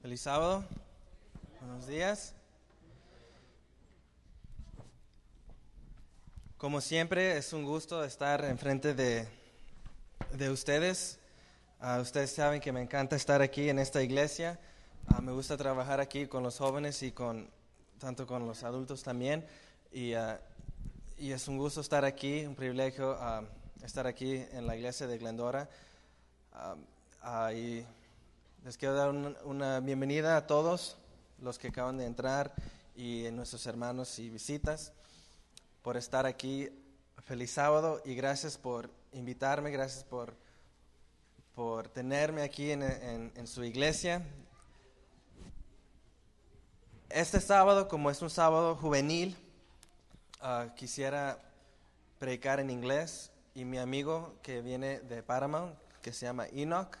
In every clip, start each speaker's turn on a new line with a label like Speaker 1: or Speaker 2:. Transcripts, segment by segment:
Speaker 1: Feliz sábado. Buenos días. Como siempre, es un gusto estar enfrente de, de ustedes. Ah, ustedes saben que me encanta estar aquí en esta iglesia. Ah, me gusta trabajar aquí con los jóvenes y con tanto con los adultos también. Y, ah, y es un gusto estar aquí, un privilegio ah, estar aquí en la iglesia de Glendora. Ah, ah, y les quiero dar un- una bienvenida a todos los que acaban de entrar y a nuestros hermanos y visitas por estar aquí. Feliz sábado y gracias por invitarme, gracias por, por tenerme aquí en, en- en su iglesia. Este sábado, como es un sábado juvenil, ah, quisiera predicar en inglés y mi amigo que viene de Paramount, que se llama Enoch.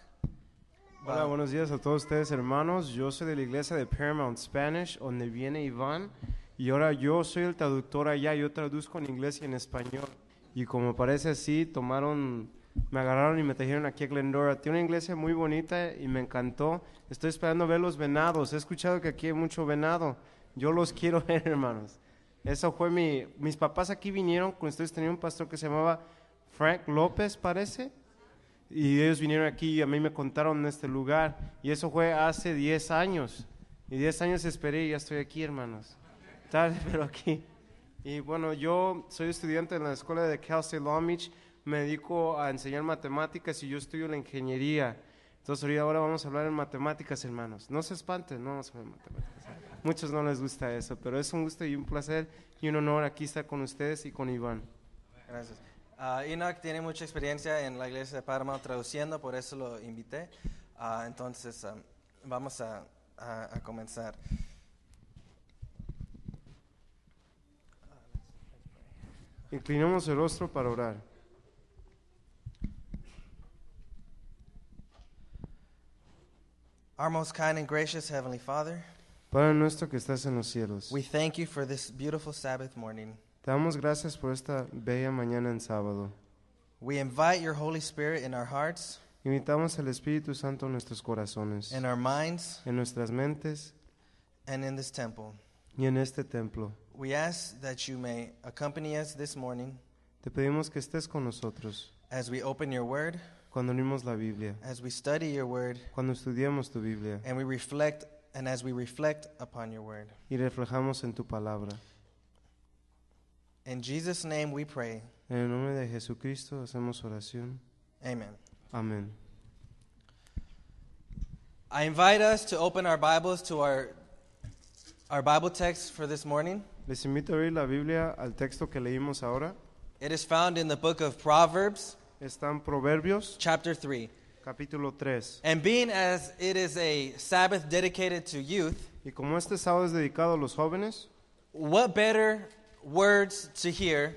Speaker 1: va-
Speaker 2: Hola, buenos días a todos ustedes, hermanos. Yo soy de la iglesia de Paramount Spanish, donde viene Iván. Y ahora yo soy el traductor allá. Yo traduzco en inglés y en español. Y como parece así, tomaron, me agarraron y me trajeron aquí a Glendora. Tiene una iglesia muy bonita y me encantó. Estoy esperando ver los venados. He escuchado que aquí hay mucho venado. Yo los quiero ver, hermanos. Eso fue mi. Mis papás aquí vinieron con ustedes. Tenía un pastor que se llamaba Frank López, parece. Y ellos vinieron aquí y a mí me contaron de este lugar. Y eso fue hace 10 años. Y 10 años esperé y ya estoy aquí, hermanos. Tarde, pero aquí. Y bueno, yo soy estudiante en la escuela de Cal State Long Beach. Me dedico a enseñar matemáticas y yo estudio la ingeniería. Entonces ahorita ahora vamos a hablar en matemáticas, hermanos. No se espanten, no vamos a hablar en matemáticas. Muchos no les gusta eso, pero es un gusto y un placer y un honor aquí estar con ustedes y con Iván.
Speaker 1: Gracias. Ah, Enoch tiene mucha experiencia en la iglesia de Paramount traduciendo, por eso lo invité. Ah, entonces, ah, vamos a, a- a comenzar.
Speaker 2: Inclinamos el rostro para orar.
Speaker 1: Our most kind and gracious Heavenly Father,
Speaker 2: Padre nuestro que estás en los cielos.
Speaker 1: we thank you for this beautiful Sabbath morning.
Speaker 2: Te damos gracias por esta bella mañana en sábado.
Speaker 1: We invite your Holy Spirit in our hearts,
Speaker 2: Invitamos al Espíritu Santo en nuestros corazones,
Speaker 1: in our minds,
Speaker 2: en nuestras mentes
Speaker 1: and in this temple.
Speaker 2: y en este templo.
Speaker 1: We ask that you may accompany us this morning
Speaker 2: Te pedimos que estés con nosotros
Speaker 1: as we open your word,
Speaker 2: cuando unimos la Biblia,
Speaker 1: as we study your word,
Speaker 2: cuando estudiamos tu Biblia
Speaker 1: and we reflect, and as we reflect upon your word.
Speaker 2: y reflejamos en tu palabra.
Speaker 1: In Jesus' name we pray.
Speaker 2: En el nombre de Jesucristo hacemos oración.
Speaker 1: Amen.
Speaker 2: Amén.
Speaker 1: I invite us to open our Bibles to our, our Bible text for this morning.
Speaker 2: Les invito a abrir la Biblia al texto que leímos ahora.
Speaker 1: It is found in the book of Proverbs,
Speaker 2: Están Proverbios,
Speaker 1: chapter 3.
Speaker 2: capítulo 3.
Speaker 1: And being as it is a Sabbath dedicated to youth,
Speaker 2: Y como este sábado es dedicado a los jóvenes,
Speaker 1: what better words to hear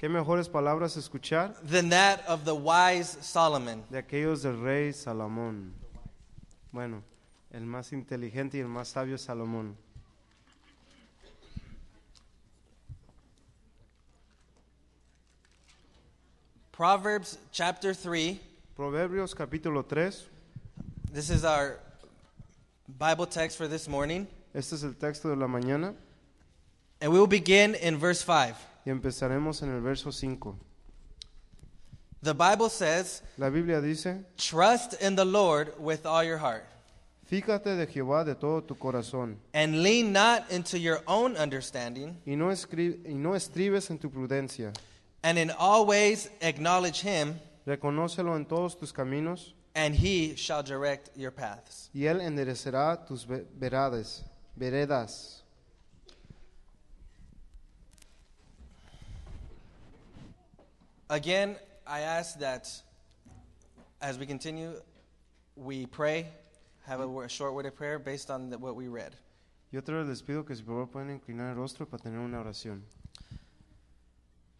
Speaker 2: ¿qué mejores palabras escuchar?
Speaker 1: than that of the wise Solomon?
Speaker 2: de aquellos del rey Salomón. Bueno, el más inteligente y el más sabio Salomón.
Speaker 1: Proverbs chapter 3.
Speaker 2: Proverbios capítulo 3.
Speaker 1: This is our Bible text for this morning.
Speaker 2: Este es el texto de la mañana
Speaker 1: And we will begin in verse 5.
Speaker 2: y empezaremos en el verso 5.
Speaker 1: The Bible says,
Speaker 2: La Biblia dice,
Speaker 1: Trust in the Lord with all your heart,
Speaker 2: fíjate de Jehová de todo tu corazón
Speaker 1: and lean not into your own understanding,
Speaker 2: y no, escri- y no estribes en tu prudencia.
Speaker 1: and in all ways acknowledge him,
Speaker 2: Reconócelo en todos tus caminos
Speaker 1: and he shall direct your paths.
Speaker 2: y él enderecerá tus ve- verades, veredas.
Speaker 1: Again, I ask that as we continue, we pray, have a, wo- a short word of prayer based on the, what we read.
Speaker 2: Y otra vez les pido que si por favor pueden inclinar el rostro para tener una oración.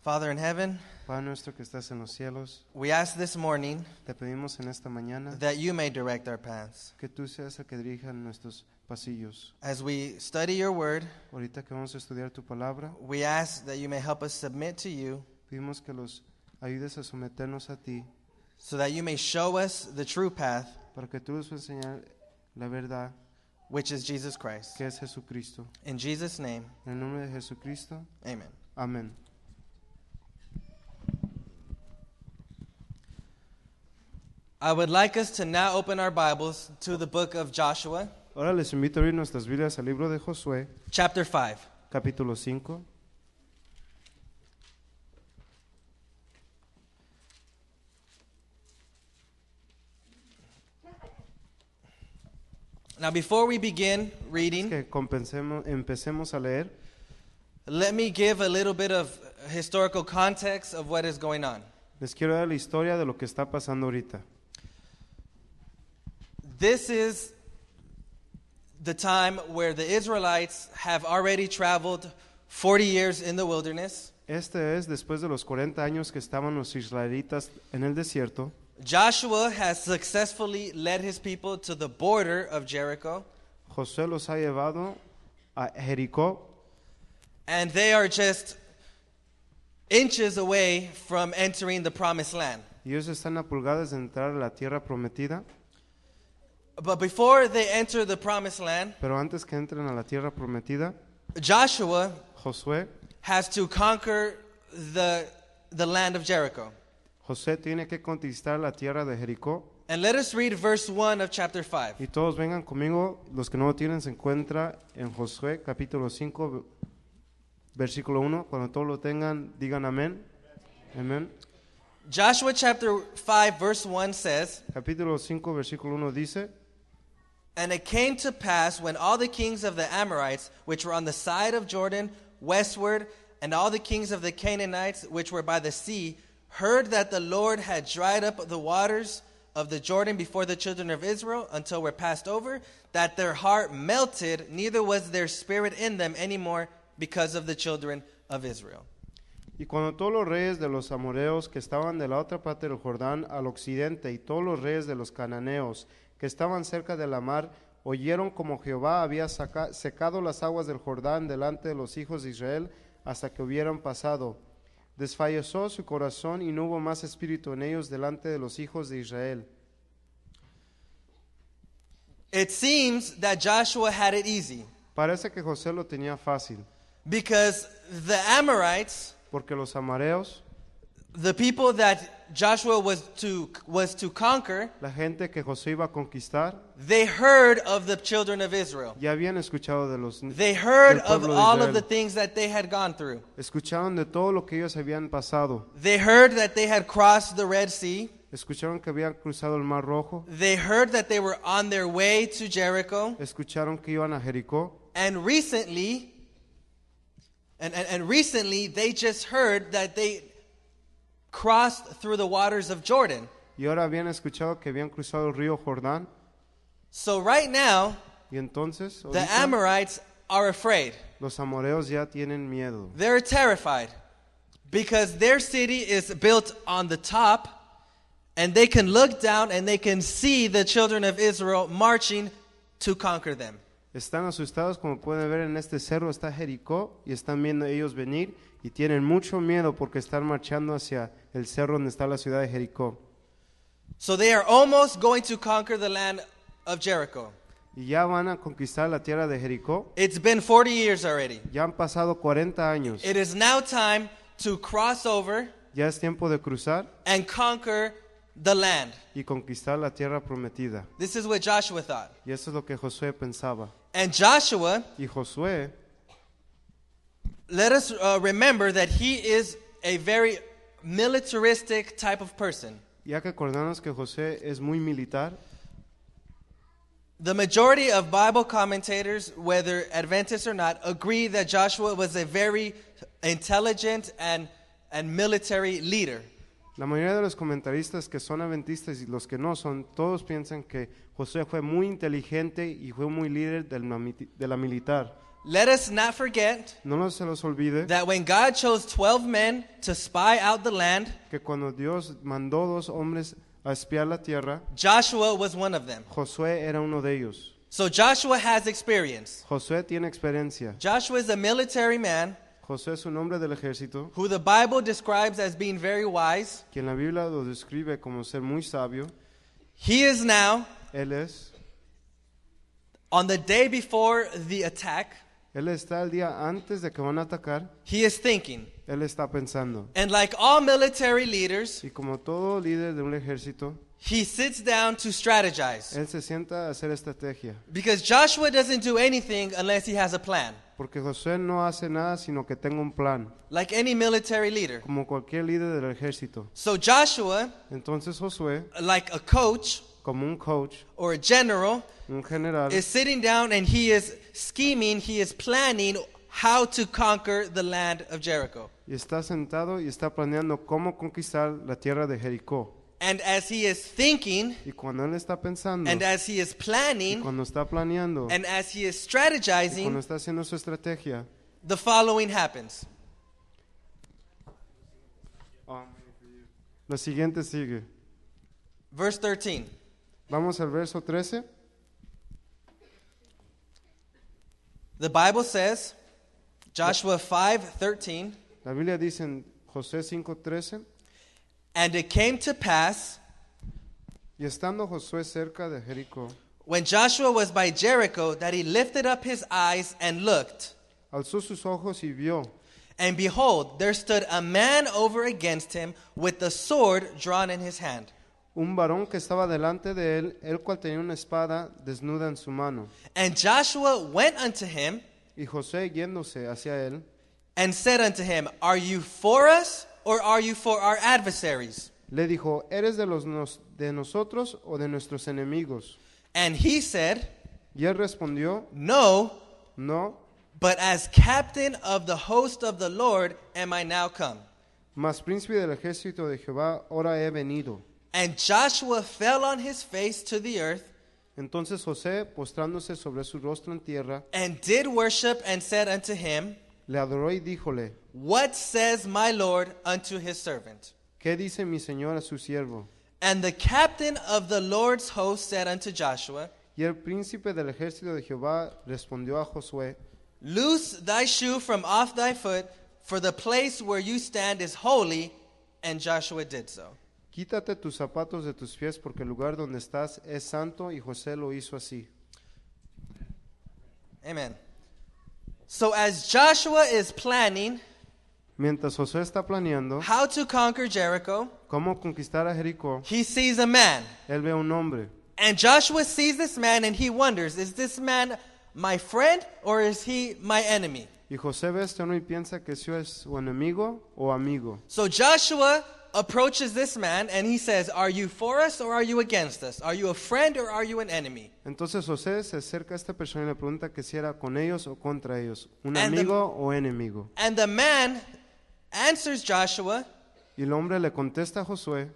Speaker 1: Father in heaven,
Speaker 2: Padre nuestro que estás en los cielos,
Speaker 1: we ask this morning
Speaker 2: Te pedimos en esta mañana
Speaker 1: that you may direct our paths.
Speaker 2: que tú seas el que dirija nuestros pasillos.
Speaker 1: As we study your word,
Speaker 2: Ahorita que vamos a estudiar tu palabra,
Speaker 1: we ask that you may help us submit to you
Speaker 2: pedimos que los ayudes a someternos a ti
Speaker 1: so that you may show us the true path
Speaker 2: para que tú nos enseñar la verdad,
Speaker 1: which is Jesus Christ.
Speaker 2: que es Jesucristo.
Speaker 1: In Jesus' name,
Speaker 2: En el nombre de Jesucristo,
Speaker 1: amen.
Speaker 2: amén.
Speaker 1: I would like us to now open our Bibles to the book of Joshua,
Speaker 2: Ahora les invito a abrir nuestras Biblias al libro de Josué,
Speaker 1: chapter 5.
Speaker 2: capítulo 5.
Speaker 1: Now, before we begin reading,
Speaker 2: Que compensemos- empecemos a leer.
Speaker 1: let me give a little bit of historical context of what is going on.
Speaker 2: Les quiero dar la historia de lo que está pasando ahorita.
Speaker 1: This is the time where the Israelites have already traveled 40 years in the wilderness.
Speaker 2: Este es después de los 40 años que estaban los israelitas en el desierto.
Speaker 1: Joshua has successfully led his people to the border of Jericho,
Speaker 2: Josué los ha llevado a Jericó
Speaker 1: and they are just inches away from entering the promised land.
Speaker 2: y ellos están a pulgadas de entrar a la tierra prometida.
Speaker 1: But before they enter the promised land,
Speaker 2: Pero antes que entren a la tierra prometida,
Speaker 1: Joshua
Speaker 2: Josué,
Speaker 1: has to conquer the, the land of Jericho.
Speaker 2: José tiene que conquistar la tierra de Jericó.
Speaker 1: And let us read verse 1 of chapter 5.
Speaker 2: Y todos vengan conmigo, los que no lo tienen se encuentra en Josué capítulo 5, ve- versículo 1. Cuando todos lo tengan, digan amén. Amén.
Speaker 1: Joshua chapter 5, verse 1 says,
Speaker 2: Capítulo 5, versículo 1 dice,
Speaker 1: And it came to pass when all the kings of the Amorites, which were on the side of Jordan westward, and all the kings of the Canaanites, which were by the sea, heard that the Lord had dried up the waters of the Jordan before the children of Israel until were passed over, that their heart melted, neither was their spirit in them anymore because of the children of Israel.
Speaker 2: Y cuando todos los reyes de los amoreos que estaban de la otra parte del Jordán al occidente y todos los reyes de los cananeos que estaban cerca de la mar oyeron como Jehová había saca- secado las aguas del Jordán delante de los hijos de Israel hasta que hubieran pasado, desfalleció su corazón y no hubo más espíritu en ellos delante de los hijos de Israel.
Speaker 1: It seems that Joshua had it easy
Speaker 2: Parece que José lo tenía fácil,
Speaker 1: because the Amorites.
Speaker 2: porque los amareos,
Speaker 1: the people that Joshua was to was to conquer,
Speaker 2: la gente que José iba a conquistar,
Speaker 1: they heard of the children of Israel.
Speaker 2: ya habían escuchado de los
Speaker 1: They heard
Speaker 2: Del
Speaker 1: of
Speaker 2: pueblo de
Speaker 1: all of
Speaker 2: Israel.
Speaker 1: the things that they had gone through.
Speaker 2: Escucharon de todo lo que ellos habían pasado.
Speaker 1: They heard that they had crossed the Red Sea.
Speaker 2: Escucharon que habían cruzado el Mar Rojo.
Speaker 1: They heard that they were on their way to Jericho.
Speaker 2: Escucharon que iban a Jericó.
Speaker 1: And recently, and, and, and recently, they just heard that they crossed through the waters of Jordan.
Speaker 2: Y ahora habían escuchado que habían cruzado el río Jordán.
Speaker 1: So right now,
Speaker 2: Y entonces
Speaker 1: the
Speaker 2: ahorita,
Speaker 1: Amorites are afraid.
Speaker 2: los amoreos ya tienen miedo.
Speaker 1: They're terrified because their city is built on the top, and they can look down and they can see the children of Israel marching to conquer them.
Speaker 2: Están asustados, como pueden ver en este cerro está Jericó. Y están viendo ellos venir. Y tienen mucho miedo porque están marchando hacia el cerro donde está la ciudad de Jericó.
Speaker 1: So they are almost going to conquer the land of Jericho.
Speaker 2: Y ya van a conquistar la tierra de Jericó.
Speaker 1: It's been 40 years already.
Speaker 2: Ya han pasado 40 años.
Speaker 1: It is now time to cross over
Speaker 2: Ya es tiempo de cruzar.
Speaker 1: and conquer the land.
Speaker 2: y conquistar la tierra prometida.
Speaker 1: This is what Joshua thought.
Speaker 2: Y eso es lo que Josué pensaba.
Speaker 1: And Joshua,
Speaker 2: Y Josué,
Speaker 1: let us uh, remember that he is a very militaristic type of person.
Speaker 2: ya que acordarnos que Josué es muy militar,
Speaker 1: The majority of Bible commentators, whether Adventists or not, agree that Joshua was a very intelligent and, and military leader.
Speaker 2: la mayoría de los comentaristas que son adventistas y los que no son, todos piensan que Josué fue muy inteligente y fue muy líder del mami- de la militar.
Speaker 1: Let us not forget
Speaker 2: No lo- se los olvide
Speaker 1: that when God chose 12 men to spy out the land,
Speaker 2: que cuando Dios mandó dos hombres a espiar la tierra,
Speaker 1: Joshua was one of them.
Speaker 2: Josué era uno de ellos.
Speaker 1: So Joshua has experience.
Speaker 2: Josué tiene experiencia.
Speaker 1: Joshua is a military man
Speaker 2: Josué es un hombre del ejército,
Speaker 1: who the Bible describes as being very wise.
Speaker 2: quien la Biblia lo describe como ser muy sabio.
Speaker 1: He is now
Speaker 2: Él es
Speaker 1: On the day before the attack,
Speaker 2: Él está el día antes de que van a atacar,
Speaker 1: he is thinking.
Speaker 2: él está pensando.
Speaker 1: And like all military leaders,
Speaker 2: Y como todo líder de un ejército,
Speaker 1: he sits down to strategize.
Speaker 2: él se sienta a hacer estrategia.
Speaker 1: Because Joshua doesn't do anything unless he has a plan,
Speaker 2: Porque Josué no hace nada sino que tenga un plan,
Speaker 1: like any military leader.
Speaker 2: como cualquier líder del ejército.
Speaker 1: So Joshua,
Speaker 2: Entonces Josué,
Speaker 1: like a coach
Speaker 2: como un coach,
Speaker 1: or a general,
Speaker 2: un general,
Speaker 1: is sitting down and he is scheming, he is planning how to conquer the land of Jericho.
Speaker 2: y está sentado y está planeando cómo conquistar la tierra de Jericó.
Speaker 1: And as he is thinking,
Speaker 2: Y cuando él está pensando,
Speaker 1: and as he is
Speaker 2: y
Speaker 1: planning,
Speaker 2: cuando está planeando,
Speaker 1: and as he is
Speaker 2: y cuando
Speaker 1: strategizing,
Speaker 2: está haciendo su estrategia,
Speaker 1: the following happens.
Speaker 2: um, lo siguiente sigue.
Speaker 1: Verse 13.
Speaker 2: Vamos al verso 13.
Speaker 1: The Bible says, Joshua 5 13,
Speaker 2: La Biblia dice en José 5:13,
Speaker 1: and it came to pass
Speaker 2: y estando Josué cerca de Jericó,
Speaker 1: when Joshua was by Jericho that he lifted up his eyes and looked.
Speaker 2: alzó sus ojos y vio,
Speaker 1: And behold, there stood a man over against him with the sword drawn in his hand.
Speaker 2: un varón que estaba delante de él, el cual tenía una espada desnuda en su mano.
Speaker 1: And Joshua went unto him
Speaker 2: Y José, yéndose hacia él,
Speaker 1: and said unto him, Are you for us or are you for our adversaries?
Speaker 2: le dijo, ¿eres de, los nos- de nosotros o de nuestros enemigos?
Speaker 1: And he said,
Speaker 2: Y él respondió,
Speaker 1: No,
Speaker 2: no,
Speaker 1: but as captain of the host of the Lord am I now come.
Speaker 2: mas príncipe del ejército de Jehová, ahora he venido.
Speaker 1: And Joshua fell on his face to the earth
Speaker 2: Entonces José, postrándose sobre su rostro en tierra,
Speaker 1: and did worship and said unto him,
Speaker 2: le adoró y díjole,
Speaker 1: What says my Lord unto his servant?
Speaker 2: ¿qué dice mi señor a su siervo?
Speaker 1: And the captain of the Lord's host said unto Joshua,
Speaker 2: Y el príncipe del ejército de Jehová respondió a Josué,
Speaker 1: Loose thy shoe from off thy foot, for the place where you stand is holy. And Joshua did so.
Speaker 2: quítate tus zapatos de tus pies porque el lugar donde estás es santo y José lo hizo así.
Speaker 1: Amen. So, as Joshua is planning
Speaker 2: Mientras José está planeando
Speaker 1: how to conquer Jericho,
Speaker 2: cómo conquistar a Jericó,
Speaker 1: he sees a man.
Speaker 2: él ve a un hombre.
Speaker 1: And Joshua sees this man and he wonders, Is this man my friend or is he my enemy?
Speaker 2: Y José ve a este hombre y piensa que si es su enemigo o amigo.
Speaker 1: So Joshua approaches this man and he says, Are you for us or are you against us? Are you a friend or are you an enemy?
Speaker 2: Entonces José se acerca a esta persona y le pregunta que si era con ellos o contra ellos, un
Speaker 1: And the-
Speaker 2: amigo o enemigo.
Speaker 1: And the man answers Joshua
Speaker 2: Y el hombre le contesta a Josué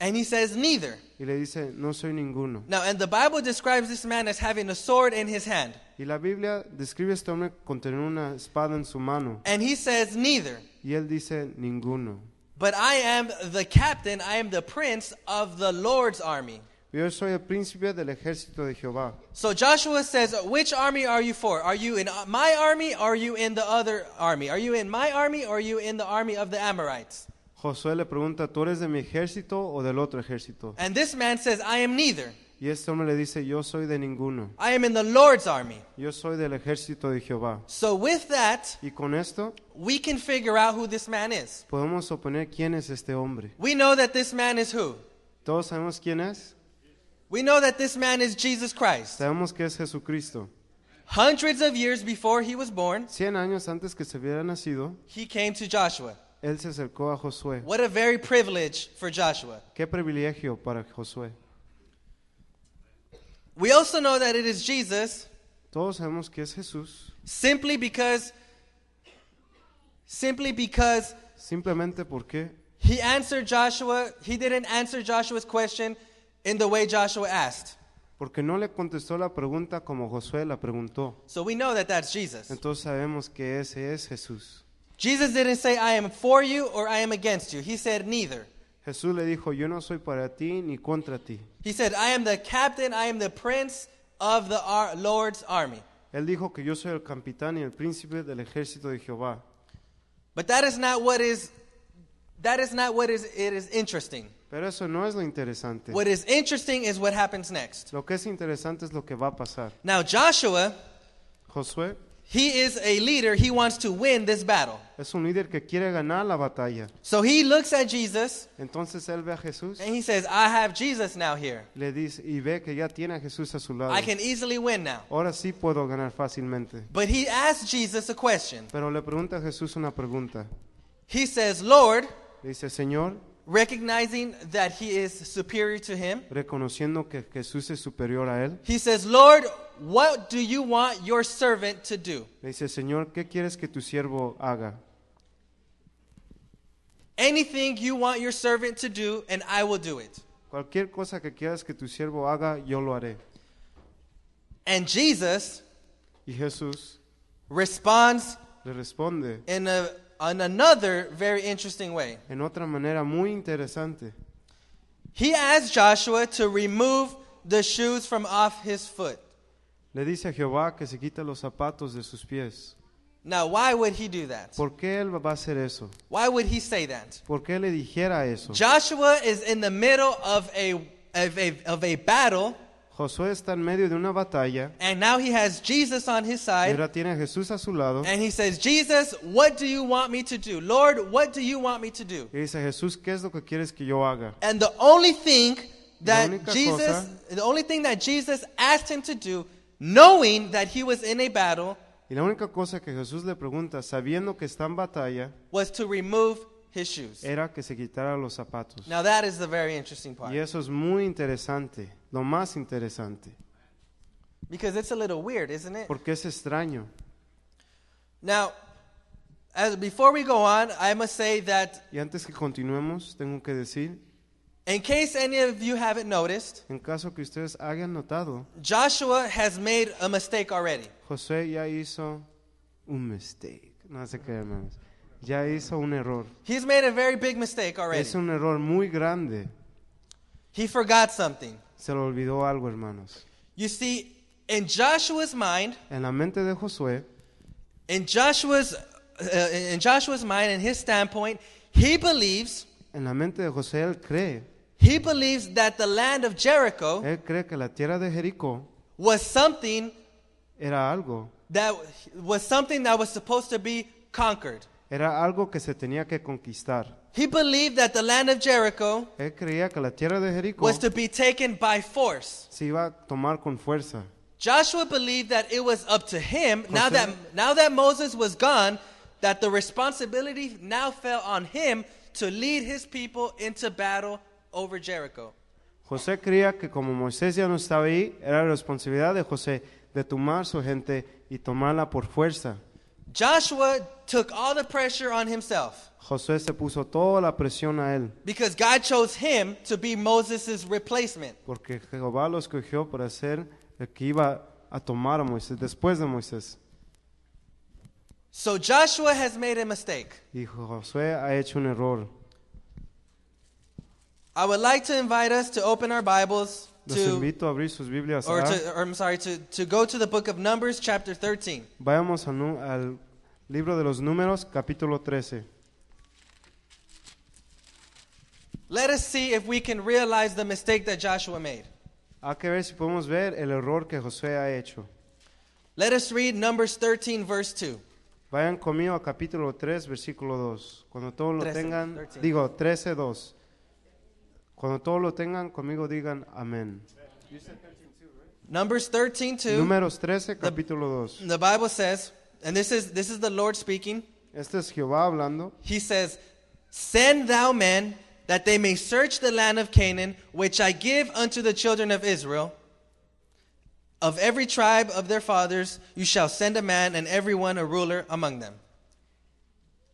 Speaker 1: and he says, Neither.
Speaker 2: y le dice, no soy ninguno.
Speaker 1: Now, and the Bible describes this man as having a sword in his hand.
Speaker 2: Y la Biblia describe a este hombre con tener una espada en su mano.
Speaker 1: And he says, Neither.
Speaker 2: Y él dice, ninguno.
Speaker 1: But I am the captain, I am the prince of the Lord's army.
Speaker 2: Yo soy el príncipe del ejército de Jehová.
Speaker 1: So Joshua says, Which army are you for? Are you in my army? Or are you in the other army? Are you in my army? Or are you in the army of the Amorites?
Speaker 2: Josué le pregunta, ¿tú eres de mi ejército o del otro ejército?
Speaker 1: And this man says, I am neither.
Speaker 2: Y este hombre le dice, yo soy de ninguno.
Speaker 1: I am in the Lord's army.
Speaker 2: Yo soy del ejército de Jehová.
Speaker 1: So, with that,
Speaker 2: Y con esto
Speaker 1: we can figure out who this man is.
Speaker 2: podemos suponer quién es este hombre.
Speaker 1: We know that this man is who?
Speaker 2: Todos sabemos quién es.
Speaker 1: We know that this man is Jesus Christ.
Speaker 2: Sabemos que es Jesucristo.
Speaker 1: Hundreds of years before he was born,
Speaker 2: Cien años antes que se hubiera nacido,
Speaker 1: he came to Joshua.
Speaker 2: él se acercó a Josué.
Speaker 1: What a very privilege for Joshua.
Speaker 2: Qué privilegio para Josué.
Speaker 1: We also know that it is Jesus
Speaker 2: Todos sabemos que es Jesús,
Speaker 1: simply because simply because
Speaker 2: simplemente porque
Speaker 1: he answered Joshua, he didn't answer Joshua's question in the way Joshua asked.
Speaker 2: porque no le contestó la pregunta como Josué la preguntó.
Speaker 1: So we know that that's Jesus.
Speaker 2: Entonces sabemos que ese es Jesús.
Speaker 1: Jesus didn't say, I am for you or I am against you. He said, neither.
Speaker 2: Jesús le dijo, yo no soy para ti ni contra ti.
Speaker 1: He said, I am the captain, I am the prince of the ar- Lord's army.
Speaker 2: Él dijo que yo soy el capitán y el príncipe del ejército de Jehová.
Speaker 1: But that is not what is that is not what is it is interesting.
Speaker 2: Pero eso no es lo interesante.
Speaker 1: What is interesting is what happens next.
Speaker 2: Lo que es interesante es lo que va a pasar.
Speaker 1: Now, Joshua,
Speaker 2: Josué
Speaker 1: he is a leader. He wants to win this battle.
Speaker 2: es un líder que quiere ganar la batalla.
Speaker 1: So he looks at Jesus
Speaker 2: Entonces él ve a Jesús,
Speaker 1: and he says, I have Jesus now here.
Speaker 2: le dice y ve que ya tiene a Jesús a su lado.
Speaker 1: I can easily win now.
Speaker 2: Ahora sí puedo ganar fácilmente.
Speaker 1: But he asks Jesus a question.
Speaker 2: Pero le pregunta a Jesús una pregunta.
Speaker 1: He says, Lord,
Speaker 2: Le dice, Señor,
Speaker 1: recognizing that he is superior to him,
Speaker 2: reconociendo que Jesús es superior a él,
Speaker 1: he says, Lord, what do you want your servant to do?
Speaker 2: le dice, Señor, ¿qué quieres que tu siervo haga?
Speaker 1: Anything you want your servant to do, and I will do it.
Speaker 2: Cualquier cosa que quieras que tu siervo haga, yo lo haré.
Speaker 1: And Jesus
Speaker 2: Y Jesús
Speaker 1: responds
Speaker 2: le responde
Speaker 1: in, a, in another very interesting way.
Speaker 2: en otra manera muy interesante.
Speaker 1: He asks Joshua to remove the shoes from off his foot.
Speaker 2: Le dice a Jehová que se quite los zapatos de sus pies.
Speaker 1: Now, why would he do that?
Speaker 2: ¿Por qué él va a hacer eso?
Speaker 1: Why would he say that?
Speaker 2: ¿Por qué le dijera eso?
Speaker 1: Joshua is in the middle of a, of a, of a battle,
Speaker 2: Josué está en medio de una batalla.
Speaker 1: and now he has Jesus on his
Speaker 2: Y
Speaker 1: side,
Speaker 2: ahora tiene a Jesús a su lado.
Speaker 1: and he says, Jesus, what do you want me to do? Lord, what do you want me to do?
Speaker 2: Y dice, Jesús, ¿qué es lo que quieres que yo haga?
Speaker 1: And the only thing that
Speaker 2: única
Speaker 1: Jesus,
Speaker 2: cosa-
Speaker 1: the only thing that Jesus asked him to do, knowing that he was in a battle,
Speaker 2: Y la única cosa que Jesús le pregunta, sabiendo que está en batalla,
Speaker 1: was to remove his shoes.
Speaker 2: era que se quitara los zapatos.
Speaker 1: Now that is the very interesting part
Speaker 2: Y eso es muy interesante, lo más interesante,
Speaker 1: because it's a little weird, isn't it?
Speaker 2: porque es extraño.
Speaker 1: Now, as before we go on, I must say that
Speaker 2: Y antes que continuemos, tengo que decir,
Speaker 1: in case any of you haven't noticed,
Speaker 2: en caso que ustedes hayan notado,
Speaker 1: Joshua has made a mistake already.
Speaker 2: José ya hizo un mistake. No sé qué, hermanos. Ya hizo un error.
Speaker 1: He's made a very big mistake already.
Speaker 2: Es un error muy grande.
Speaker 1: He forgot something.
Speaker 2: Se le olvidó algo, hermanos.
Speaker 1: You see, in Joshua's mind,
Speaker 2: En la mente de Josué,
Speaker 1: in Joshua's uh, in Joshua's mind and his standpoint, he believes
Speaker 2: en la mente de José, él cree.
Speaker 1: he believes that the land of Jericho
Speaker 2: Él cree que la tierra de Jericó
Speaker 1: was something
Speaker 2: era algo.
Speaker 1: that was something that was supposed to be conquered.
Speaker 2: Era algo que se tenía que conquistar.
Speaker 1: He believed that the land of Jericho
Speaker 2: Él creía que la tierra de Jericó
Speaker 1: was to be taken by force.
Speaker 2: se iba a tomar con fuerza.
Speaker 1: Joshua believed that it was up to him. Now
Speaker 2: Jose-
Speaker 1: that now that Moses was gone, that the responsibility now fell on him to lead his people into battle over Jericho.
Speaker 2: José creía que como Moisés ya no estaba ahí, era la responsabilidad de José de tomar su gente y tomarla por fuerza.
Speaker 1: Joshua took all the pressure on himself
Speaker 2: José se puso toda la presión a él,
Speaker 1: because God chose him to be Moses' replacement.
Speaker 2: porque Jehová lo escogió para ser el que iba a tomar a Moisés después de Moisés.
Speaker 1: So Joshua has made a mistake.
Speaker 2: Y José ha hecho un error.
Speaker 1: I would like to invite us to open our Bibles
Speaker 2: Los
Speaker 1: to
Speaker 2: invito a abrir sus Biblias. ¿ah?
Speaker 1: or
Speaker 2: a-
Speaker 1: to or I'm sorry to, to go to the book of Numbers chapter 13.
Speaker 2: Vayamos a nu- al libro de los números, capítulo 13.
Speaker 1: Let us see if we can realize the mistake that Joshua made.
Speaker 2: Hay que ver si podemos ver el error que José ha hecho.
Speaker 1: Let us read Numbers 13 verse 2.
Speaker 2: Vayan conmigo a capítulo 3, versículo 2. Cuando todos lo
Speaker 1: 13,
Speaker 2: tengan,
Speaker 1: 13.
Speaker 2: digo 13, 2. Cuando todos lo tengan, conmigo digan amén.
Speaker 1: Numbers 13 2.
Speaker 2: Números 13, capítulo 2.
Speaker 1: The Bible says, and this is this is the Lord speaking.
Speaker 2: Este es Jehová hablando.
Speaker 1: He says, Send thou men that they may search the land of Canaan, which I give unto the children of Israel. Of every tribe of their fathers you shall send a man, and every one a ruler among them.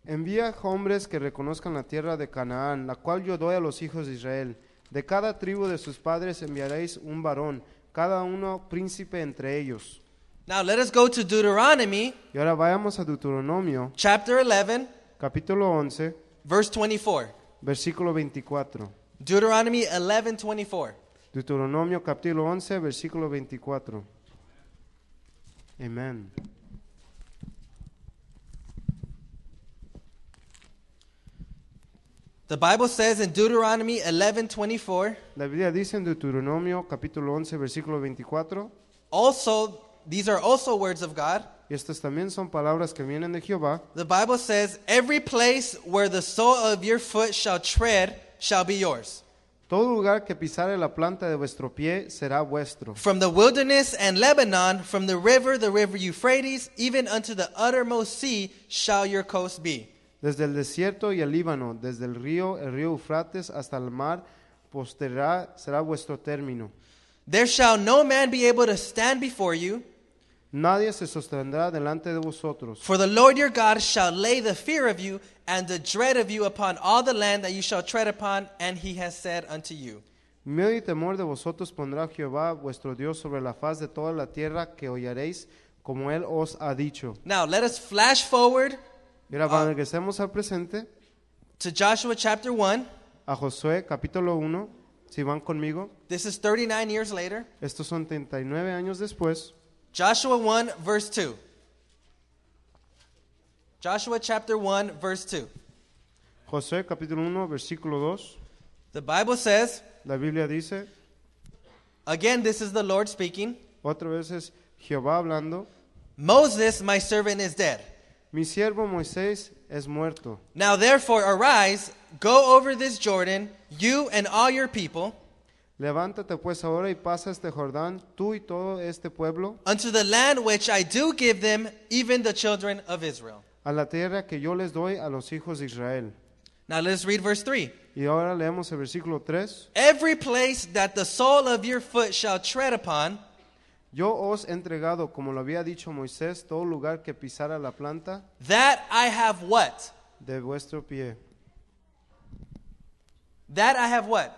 Speaker 2: Envía hombres que reconozcan la tierra de Canaán, la cual yo doy a los hijos de Israel. De cada tribu de sus padres enviaréis un varón, cada uno príncipe entre ellos.
Speaker 1: Now let us go to Deuteronomy
Speaker 2: Y ahora vayamos a Deuteronomio,
Speaker 1: chapter 11,
Speaker 2: capítulo 11,
Speaker 1: verse 24.
Speaker 2: versículo 24.
Speaker 1: Deuteronomy 11 24.
Speaker 2: Deuteronomio capítulo 11, versículo 24. Amén.
Speaker 1: The Bible says in Deuteronomy 11:24,
Speaker 2: La Biblia dice en Deuteronomio capítulo 11 versículo 24,
Speaker 1: also these are also words of God.
Speaker 2: y estas también son palabras que vienen de Jehová,
Speaker 1: The Bible says, "Every place where the sole of your foot shall tread shall be yours."
Speaker 2: todo lugar que pisare la planta de vuestro pie será vuestro,
Speaker 1: From the wilderness and Lebanon, from the river, the river Euphrates, even unto the uttermost sea shall your coast be.
Speaker 2: desde el desierto y el Líbano, desde el río, el río Eufrates hasta el mar, posterá será vuestro término.
Speaker 1: There shall no man be able to stand before you,
Speaker 2: Nadie se sostendrá delante de vosotros,
Speaker 1: for the Lord your God shall lay the fear of you and the dread of you upon all the land that you shall tread upon, and he has said unto you.
Speaker 2: Miedo y temor de vosotros pondrá Jehová vuestro Dios sobre la faz de toda la tierra que ollaréis, como él os ha dicho.
Speaker 1: Now let us flash forward
Speaker 2: Y ahora cuando regresemos al presente,
Speaker 1: to Joshua chapter 1.
Speaker 2: a Josué capítulo 1, si van conmigo,
Speaker 1: This is 39 years later.
Speaker 2: estos son 39 años después,
Speaker 1: Joshua 1, verse 2. Joshua chapter 1, verse 2.
Speaker 2: Josué capítulo 1, versículo 2,
Speaker 1: The Bible says,
Speaker 2: la Biblia dice,
Speaker 1: again, this is the Lord speaking
Speaker 2: otra vez es Jehová hablando,
Speaker 1: Moses, my servant, is dead.
Speaker 2: mi siervo Moisés es muerto.
Speaker 1: Now therefore arise, go over this Jordan, you and all your people,
Speaker 2: Levántate pues ahora y pasa este Jordán, tú y todo este pueblo,
Speaker 1: unto the land which I do give them, even the children of Israel.
Speaker 2: a la tierra que yo les doy a los hijos de Israel.
Speaker 1: Now let's read verse 3.
Speaker 2: Y ahora leemos el versículo 3.
Speaker 1: Every place that the sole of your foot shall tread upon,
Speaker 2: Yo os he entregado, como lo había dicho Moisés, todo lugar que pisara la planta
Speaker 1: that I have what?
Speaker 2: de vuestro pie.
Speaker 1: That I have what?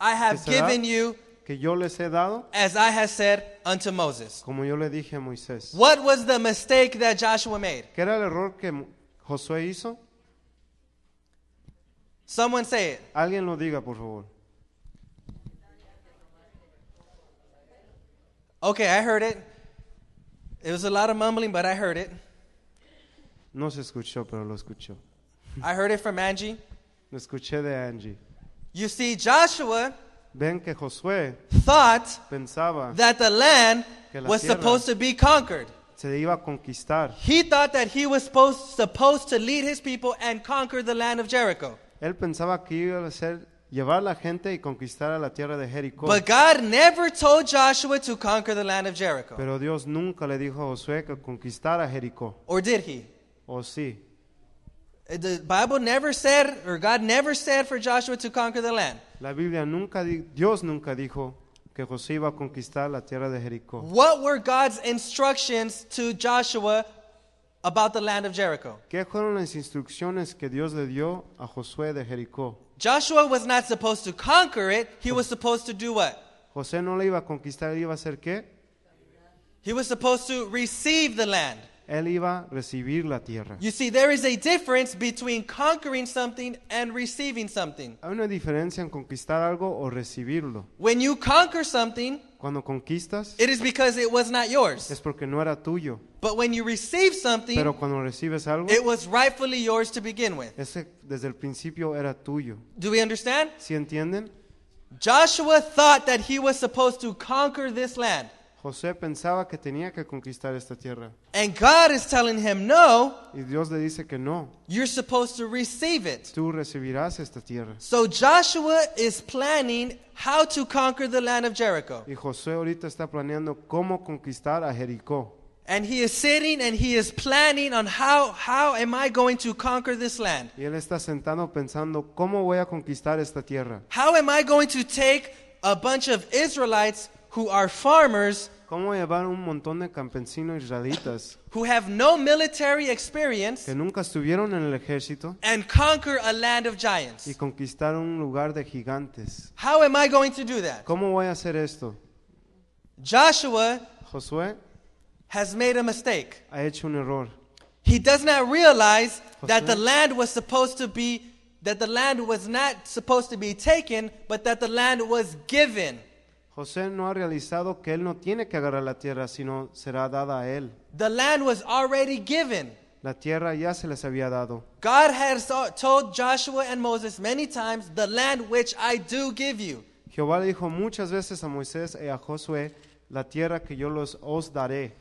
Speaker 1: I have
Speaker 2: Que será-
Speaker 1: given you
Speaker 2: Que yo les he dado,
Speaker 1: as I have said unto Moses.
Speaker 2: como yo le dije a Moisés.
Speaker 1: What was the mistake that Joshua made?
Speaker 2: ¿Qué era el error que Mo- Josué hizo?
Speaker 1: Someone say it.
Speaker 2: Alguien lo diga, por favor.
Speaker 1: Okay, I heard it. It was a lot of mumbling, but I heard it.
Speaker 2: No se escuchó, pero lo escuchó.
Speaker 1: I heard it from Angie.
Speaker 2: Lo escuché de Angie.
Speaker 1: You see, Joshua
Speaker 2: Ven que Josué
Speaker 1: thought
Speaker 2: pensaba
Speaker 1: that the land
Speaker 2: Que la
Speaker 1: was
Speaker 2: tierra-
Speaker 1: supposed to be conquered.
Speaker 2: se iba a conquistar.
Speaker 1: He thought that he was supposed, supposed to lead his people and conquer the land of Jericho.
Speaker 2: Él pensaba que iba a ser llevar la gente y conquistar a la tierra de Jericó.
Speaker 1: But God never told Joshua to conquer the land of Jericho.
Speaker 2: Pero Dios nunca le dijo a Josué que conquistara Jericó.
Speaker 1: Or did he?
Speaker 2: ¿O sí?
Speaker 1: Uh, The Bible never said, or God never said for Joshua to conquer the land.
Speaker 2: La Biblia nunca di- Dios nunca dijo que José iba a conquistar la tierra de Jericó.
Speaker 1: What were God's instructions to Joshua about the land of Jericho?
Speaker 2: ¿Qué fueron las instrucciones que Dios le dio a Josué de Jericó?
Speaker 1: Joshua was not supposed to conquer it. He was supposed to do what?
Speaker 2: José no le iba a conquistar, él iba a hacer qué?
Speaker 1: He was supposed to receive the land.
Speaker 2: Él iba a recibir la tierra.
Speaker 1: You see, there is a difference between conquering something and receiving something.
Speaker 2: Hay una diferencia en conquistar algo o recibirlo.
Speaker 1: When you conquer something,
Speaker 2: Cuando conquistas
Speaker 1: it is because it was not yours.
Speaker 2: es porque no era tuyo,
Speaker 1: But when you receive something,
Speaker 2: pero cuando recibes algo
Speaker 1: it was rightfully yours to begin with.
Speaker 2: Ese desde el principio era tuyo.
Speaker 1: Do we understand?
Speaker 2: ¿Sí entienden?
Speaker 1: Joshua thought that he was supposed to conquer this land.
Speaker 2: José pensaba que tenía que conquistar esta tierra
Speaker 1: And God is telling him, no,
Speaker 2: y Dios le dice que no,
Speaker 1: you're supposed to receive it.
Speaker 2: tú recibirás esta tierra.
Speaker 1: So Joshua is planning how to conquer the land of Jericho.
Speaker 2: Y José ahorita está planeando cómo conquistar a Jericó.
Speaker 1: And he is sitting and he is planning on how, how am I going to conquer this land?
Speaker 2: Y él está sentado pensando cómo voy a conquistar esta tierra.
Speaker 1: How am I going to take a bunch of Israelites who are farmers,
Speaker 2: Cómo llevar un montón de campesinos israelitas
Speaker 1: who have no military experience,
Speaker 2: que nunca estuvieron en el ejército
Speaker 1: and conquer a land of giants?
Speaker 2: y conquistar un lugar de gigantes.
Speaker 1: How am I going to do that?
Speaker 2: ¿Cómo voy a hacer esto?
Speaker 1: Joshua
Speaker 2: Josué
Speaker 1: has made a mistake.
Speaker 2: ha hecho un error.
Speaker 1: He does not realize that
Speaker 2: José.
Speaker 1: the land was supposed to be that the land was not supposed to be taken, but that the land was given.
Speaker 2: José no ha realizado que él no tiene que agarrar la tierra, sino será dada a él.
Speaker 1: The land was already given.
Speaker 2: La tierra ya se les había dado.
Speaker 1: God had so- told Joshua and Moses many times, The land which I do give you.
Speaker 2: Jehová le dijo muchas veces a Moisés y a Josué, la tierra que yo los os daré.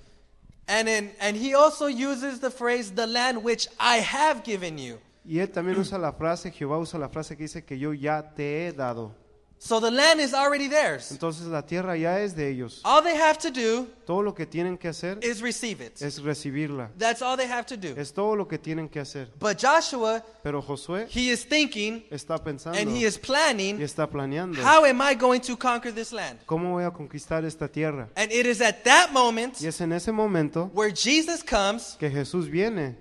Speaker 1: And, in, and he also uses the phrase, The land which I have given you.
Speaker 2: Y él también usa la frase, Jehová usa la frase que dice que yo ya te he dado.
Speaker 1: So the land is already theirs.
Speaker 2: Entonces la tierra ya es de ellos.
Speaker 1: All they have to do
Speaker 2: Todo lo que tienen que hacer
Speaker 1: is receive it.
Speaker 2: es recibirla.
Speaker 1: That's all they have to do.
Speaker 2: Es todo lo que tienen que hacer.
Speaker 1: But Joshua,
Speaker 2: Pero Josué
Speaker 1: he is thinking
Speaker 2: está pensando
Speaker 1: and he
Speaker 2: y
Speaker 1: is planning,
Speaker 2: está planeando.
Speaker 1: How am I going to conquer this land?
Speaker 2: ¿Cómo voy a conquistar esta tierra?
Speaker 1: And it is at that moment
Speaker 2: Y es en ese momento
Speaker 1: where Jesus comes
Speaker 2: que Jesús viene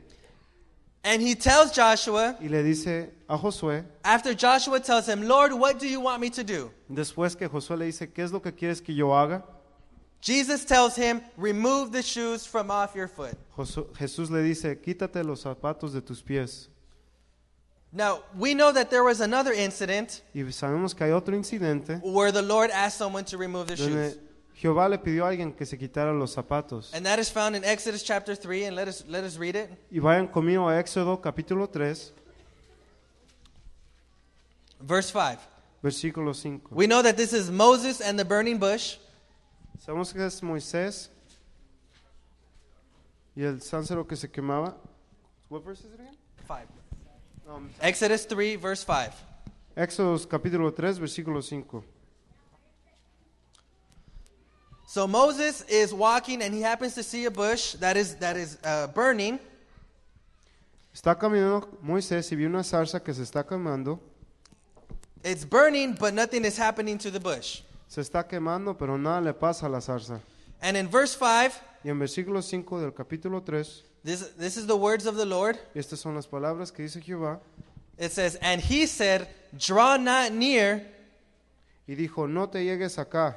Speaker 1: and he tells Joshua,
Speaker 2: y le dice a Josué,
Speaker 1: after Joshua tells him, Lord, what do you want me to do?
Speaker 2: después que Josué le dice, ¿qué es lo que quieres que yo haga?
Speaker 1: Jesus tells him, remove the shoes from off your foot.
Speaker 2: Josu- Jesús le dice, quítate los zapatos de tus pies.
Speaker 1: Now, we know that there was another incident
Speaker 2: Y sabemos que hay otro incidente
Speaker 1: where the Lord asked someone to remove their shoes.
Speaker 2: donde Jehová le pidió a alguien que se quitara los zapatos.
Speaker 1: And that is found in Exodus chapter 3, and let us, let us read it.
Speaker 2: Y vayan conmigo a Éxodo capítulo 3,
Speaker 1: Verse 5.
Speaker 2: versículo 5.
Speaker 1: We know that this is Moses and the burning bush.
Speaker 2: Sabemos que es Moisés y el sánsero que se quemaba. What verse is it again?
Speaker 1: 5.
Speaker 2: Um,
Speaker 1: Exodus 3, verse 5.
Speaker 2: Éxodo capítulo 3, versículo 5.
Speaker 1: So Moses is walking and he happens to see a bush that is, that is uh, burning.
Speaker 2: Está caminando Moisés y vio una zarza que se está quemando.
Speaker 1: It's burning, but nothing is happening to the bush.
Speaker 2: Se está quemando, pero nada le pasa a la zarza.
Speaker 1: And in verse 5,
Speaker 2: Y en versículo 5 del capítulo 3,
Speaker 1: this, this is the words of the Lord.
Speaker 2: estas son las palabras que dice Jehová.
Speaker 1: It says, And he said, Draw not near,
Speaker 2: Y dijo, no te llegues acá,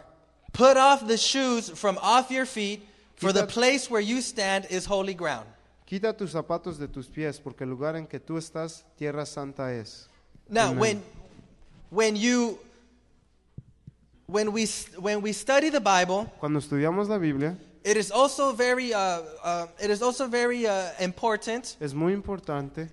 Speaker 1: put off the shoes from off your feet, for the
Speaker 2: Quita-
Speaker 1: place where you stand is holy ground.
Speaker 2: quita tus zapatos de tus pies, porque el lugar en que tú estás, tierra santa es.
Speaker 1: Now,
Speaker 2: Amen.
Speaker 1: when when you when we when we study the Bible,
Speaker 2: Cuando estudiamos la Biblia,
Speaker 1: it is also very uh, uh, it is also very uh, important.
Speaker 2: es muy importante,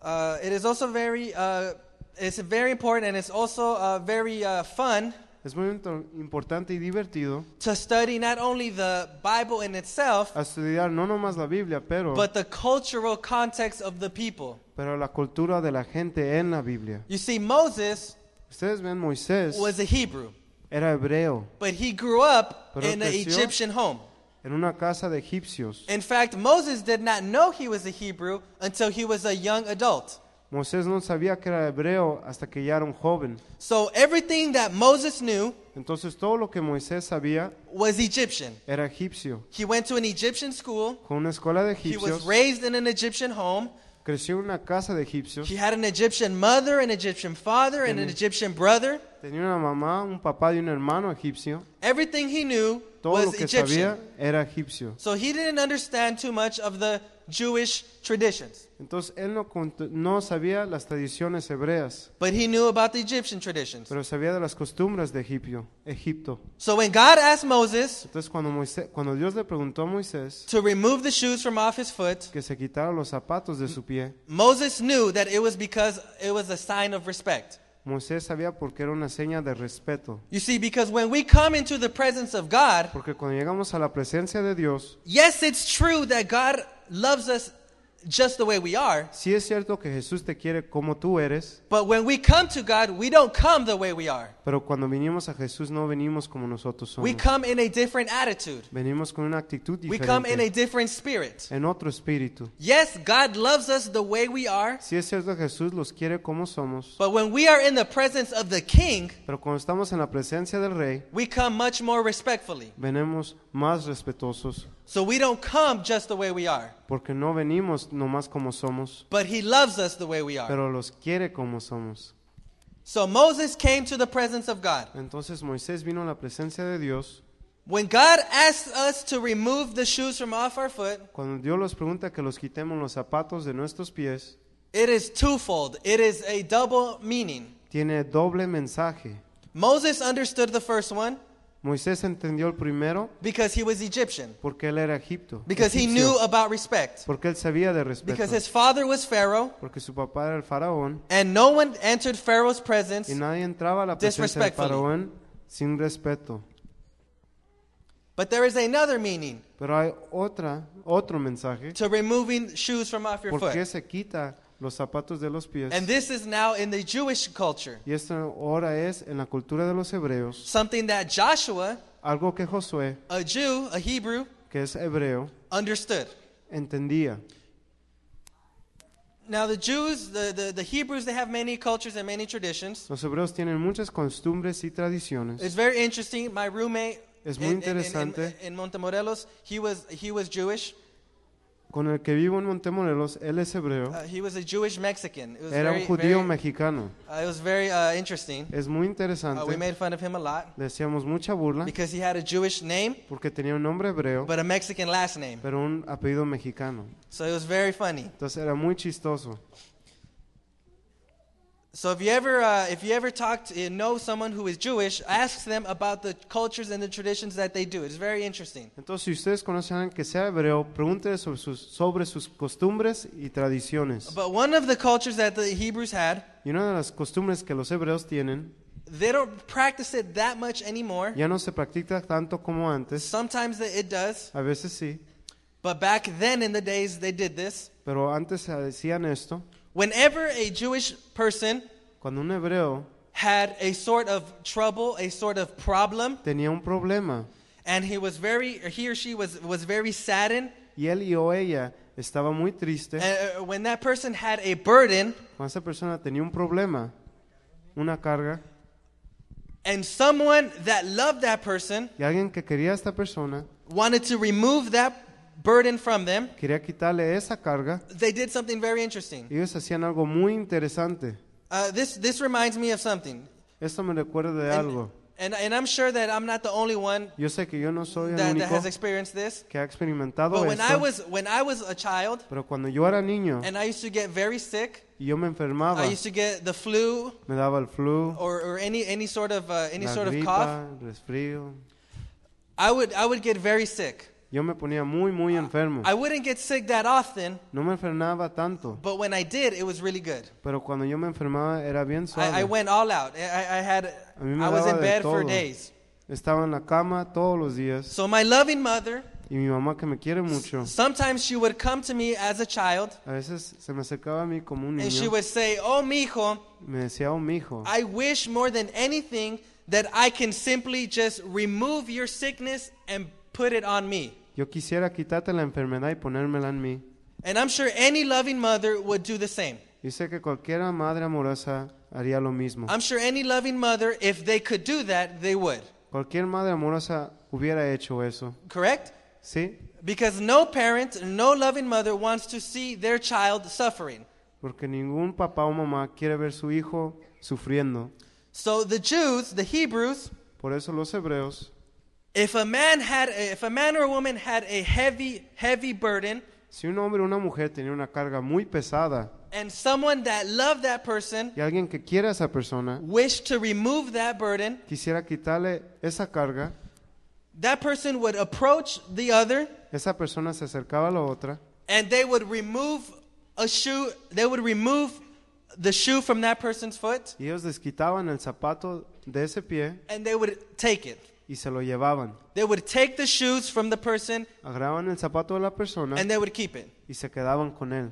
Speaker 1: Uh, it is also very uh, it's very important, and it's also uh, very uh, fun
Speaker 2: es muy into- importante y divertido
Speaker 1: to study not only the Bible in itself,
Speaker 2: a estudiar no nomás la Biblia, pero,
Speaker 1: but the cultural context of the people.
Speaker 2: pero la cultura de la gente en la Biblia.
Speaker 1: You see, Moses
Speaker 2: Ustedes ven, Moisés
Speaker 1: was a Hebrew,
Speaker 2: era hebreo
Speaker 1: but he grew up
Speaker 2: Pero
Speaker 1: in an
Speaker 2: creció-
Speaker 1: Egyptian home.
Speaker 2: en una casa de egipcios.
Speaker 1: In fact, Moses did not know he was a Hebrew until he was a young adult.
Speaker 2: Moisés no sabía que era hebreo hasta que ya era un joven.
Speaker 1: So everything that Moses knew
Speaker 2: Entonces todo lo que Moisés sabía
Speaker 1: was Egyptian.
Speaker 2: era egipcio.
Speaker 1: He went to an Egyptian school.
Speaker 2: Con una escuela de
Speaker 1: He was
Speaker 2: egipcios,
Speaker 1: raised in an Egyptian home.
Speaker 2: creció en una casa de egipcios,
Speaker 1: He had an Egyptian mother, an Egyptian father, and an Egyptian brother.
Speaker 2: tenía una mamá, un papá y un hermano egipcio.
Speaker 1: Everything he knew
Speaker 2: Todo lo
Speaker 1: was
Speaker 2: que
Speaker 1: Pues, Egyptian.
Speaker 2: sabía era egipcio.
Speaker 1: So he didn't understand too much of the Jewish traditions,
Speaker 2: Entonces él no, cont- no sabía las tradiciones hebreas,
Speaker 1: but he knew about the Egyptian traditions.
Speaker 2: pero sabía de las costumbres de Egipio, Egipto.
Speaker 1: So when God asked Moses
Speaker 2: Entonces cuando, Moisés, cuando Dios le preguntó a Moisés
Speaker 1: to remove the shoes from off his foot,
Speaker 2: que se quitara los zapatos de su pie,
Speaker 1: Moses knew that it was because it was a sign of respect.
Speaker 2: Moisés sabía porque era una seña de respeto.
Speaker 1: You see, because when we come into the presence of God,
Speaker 2: Porque cuando llegamos a la presencia de Dios,
Speaker 1: yes, it's true that God loves us just the way we are,
Speaker 2: sí es cierto que Jesús te quiere como tú eres,
Speaker 1: but when we come to God, we don't come the way we are.
Speaker 2: pero cuando vinimos a Jesús no venimos como nosotros
Speaker 1: We
Speaker 2: somos.
Speaker 1: come in a different attitude,
Speaker 2: Venimos con una actitud
Speaker 1: we come in a
Speaker 2: diferente,
Speaker 1: different spirit.
Speaker 2: en otro espíritu.
Speaker 1: Yes, God loves us the way we are,
Speaker 2: Sí es cierto que Jesús los quiere como somos,
Speaker 1: but when we are in the presence of the King,
Speaker 2: pero cuando estamos en la presencia del Rey,
Speaker 1: we come much more respectfully.
Speaker 2: venimos más respetuosos,
Speaker 1: So we don't come just the way we are,
Speaker 2: porque no venimos nomás como somos,
Speaker 1: but He loves us the way we are.
Speaker 2: pero los quiere como somos.
Speaker 1: So Moses came to the presence of God.
Speaker 2: Entonces Moisés vino a la presencia de Dios.
Speaker 1: When God asks us to remove the shoes from off our foot,
Speaker 2: Cuando Dios los pregunta que los quitemos los zapatos de nuestros pies,
Speaker 1: it is twofold. It is a double meaning.
Speaker 2: tiene doble mensaje.
Speaker 1: Moses understood the first one,
Speaker 2: Moisés entendió el primero
Speaker 1: because he was Egyptian,
Speaker 2: porque él era Egipto.
Speaker 1: because he
Speaker 2: egipcio,
Speaker 1: knew about respect,
Speaker 2: porque él sabía de respeto.
Speaker 1: because his father was Pharaoh,
Speaker 2: Porque su papá era el faraón
Speaker 1: and no one entered Pharaoh's presence.
Speaker 2: y nadie entraba a la presencia del
Speaker 1: Disrespectfully.
Speaker 2: faraón sin respeto.
Speaker 1: But there is another meaning
Speaker 2: Pero hay otra, otro mensaje.
Speaker 1: to removing shoes from off your
Speaker 2: ¿Por qué
Speaker 1: foot.
Speaker 2: se quita los zapatos de los pies?
Speaker 1: And this is now in the Jewish culture,
Speaker 2: Y esto ahora es en la cultura de los hebreos,
Speaker 1: something that Joshua,
Speaker 2: algo que Josué,
Speaker 1: a Jew, a Hebrew,
Speaker 2: que es hebreo,
Speaker 1: understood.
Speaker 2: entendía.
Speaker 1: Now, the Jews, the, the, the Hebrews, they have many cultures and many traditions.
Speaker 2: Los hebreos tienen muchas costumbres y tradiciones.
Speaker 1: It's very interesting. My roommate
Speaker 2: Es muy
Speaker 1: in, in, in, in,
Speaker 2: interesante.
Speaker 1: in Montemorelos, he was, he was Jewish.
Speaker 2: Con el que vivo en Montemorelos, él es hebreo,
Speaker 1: Uh, he was a Jewish Mexican. It was
Speaker 2: era
Speaker 1: very,
Speaker 2: un judío
Speaker 1: very,
Speaker 2: mexicano.
Speaker 1: uh, it was very uh, interesting.
Speaker 2: Es muy
Speaker 1: Uh, we
Speaker 2: interesante.
Speaker 1: made fun of him a lot
Speaker 2: Le hacíamos mucha burla
Speaker 1: because he had a Jewish name
Speaker 2: porque tenía un nombre hebreo,
Speaker 1: but a Mexican last name.
Speaker 2: pero un apellido mexicano.
Speaker 1: So it was very funny.
Speaker 2: Entonces era muy chistoso.
Speaker 1: So if you ever uh, if you ever talk to you know someone who is Jewish, ask them about the cultures and the traditions that they do. It's very interesting.
Speaker 2: Entonces, si ustedes conocen a alguien que sea hebreo, pregúntenle sobre sus, sobre sus costumbres y tradiciones.
Speaker 1: But one of the cultures that the Hebrews had,
Speaker 2: Y una de las costumbres que los hebreos tienen
Speaker 1: they don't practice it that much anymore.
Speaker 2: ya no se practica tanto como antes,
Speaker 1: Sometimes it it does,
Speaker 2: a veces sí,
Speaker 1: but back then in the days they did this.
Speaker 2: pero antes se decían esto,
Speaker 1: Whenever a Jewish person
Speaker 2: cuando un hebreo
Speaker 1: had a sort of trouble, a sort of problem,
Speaker 2: tenía un problema
Speaker 1: and he was very or he or she was was very saddened.
Speaker 2: y él y o ella estaba muy triste,
Speaker 1: Uh, when that person had a burden,
Speaker 2: cuando esa persona tenía un problema, una carga,
Speaker 1: and someone that loved that person
Speaker 2: y alguien que quería a esta persona,
Speaker 1: wanted to remove that burden from them,
Speaker 2: quería quitarle esa carga,
Speaker 1: they did something very interesting.
Speaker 2: ellos hacían algo muy interesante.
Speaker 1: Uh, this, this reminds me of something.
Speaker 2: Esto me recuerda de
Speaker 1: And,
Speaker 2: algo.
Speaker 1: and, and I'm sure that I'm not the only one
Speaker 2: Yo sé que yo no soy el
Speaker 1: that, that
Speaker 2: único
Speaker 1: has experienced this.
Speaker 2: que ha experimentado
Speaker 1: But when I,
Speaker 2: esto,
Speaker 1: was, when I was a child
Speaker 2: pero cuando yo era niño
Speaker 1: and I used to get very sick,
Speaker 2: y yo me enfermaba,
Speaker 1: I used to get the flu
Speaker 2: me daba el flu,
Speaker 1: or, or any, any sort of, uh, any
Speaker 2: la
Speaker 1: sort of
Speaker 2: gripa,
Speaker 1: cough,
Speaker 2: resfrío.
Speaker 1: I would, I would get very sick.
Speaker 2: Yo me ponía muy, muy enfermo.
Speaker 1: Ah, I wouldn't get sick that often,
Speaker 2: No me enfermaba tanto,
Speaker 1: but when I did, it was really good.
Speaker 2: pero cuando yo me enfermaba era
Speaker 1: I,
Speaker 2: bien
Speaker 1: I
Speaker 2: suave.
Speaker 1: went all out. I, I I had.
Speaker 2: A mí me
Speaker 1: I was
Speaker 2: daba
Speaker 1: in
Speaker 2: de
Speaker 1: bed for
Speaker 2: todo.
Speaker 1: days.
Speaker 2: Estaba en la cama todos los días
Speaker 1: So my loving mother,
Speaker 2: y mi mamá que me quiere mucho,
Speaker 1: sometimes she would come to me as a child,
Speaker 2: a veces se me acercaba a mí como un
Speaker 1: and she
Speaker 2: niño
Speaker 1: would say, "Oh, mijo,
Speaker 2: y me decía, oh, mi hijo,
Speaker 1: I wish more than anything that I can simply just remove your sickness and put it on me."
Speaker 2: yo quisiera quitarte la enfermedad y ponérmela en mí.
Speaker 1: And I'm sure any loving mother would do the same.
Speaker 2: Y sé que cualquier madre amorosa haría lo mismo.
Speaker 1: I'm sure any loving mother, if they could do that, they would.
Speaker 2: Cualquier madre amorosa hubiera hecho eso,
Speaker 1: Correct?
Speaker 2: ¿sí?
Speaker 1: Because no parent, no loving mother wants to see their child suffering.
Speaker 2: Porque ningún papá o mamá quiere ver su hijo sufriendo.
Speaker 1: So the Jews, the Hebrews,
Speaker 2: Por eso los hebreos,
Speaker 1: if a man had if a man or a woman had a heavy heavy burden
Speaker 2: si un hombre o una mujer tenía una carga muy pesada
Speaker 1: and someone that loved that person
Speaker 2: y alguien que quiere a esa persona
Speaker 1: wished to remove that burden,
Speaker 2: quisiera quitarle esa carga,
Speaker 1: that person would approach the other
Speaker 2: esa persona se acercaba a la otra
Speaker 1: and they would remove a shoe, they would remove the shoe from that person's foot
Speaker 2: y ellos desquitaban el zapato de ese pie
Speaker 1: and they would take it.
Speaker 2: y se lo llevaban.
Speaker 1: They would take the shoes from the person
Speaker 2: Agarraban el zapato de la persona
Speaker 1: and they would keep it.
Speaker 2: y se quedaban con él.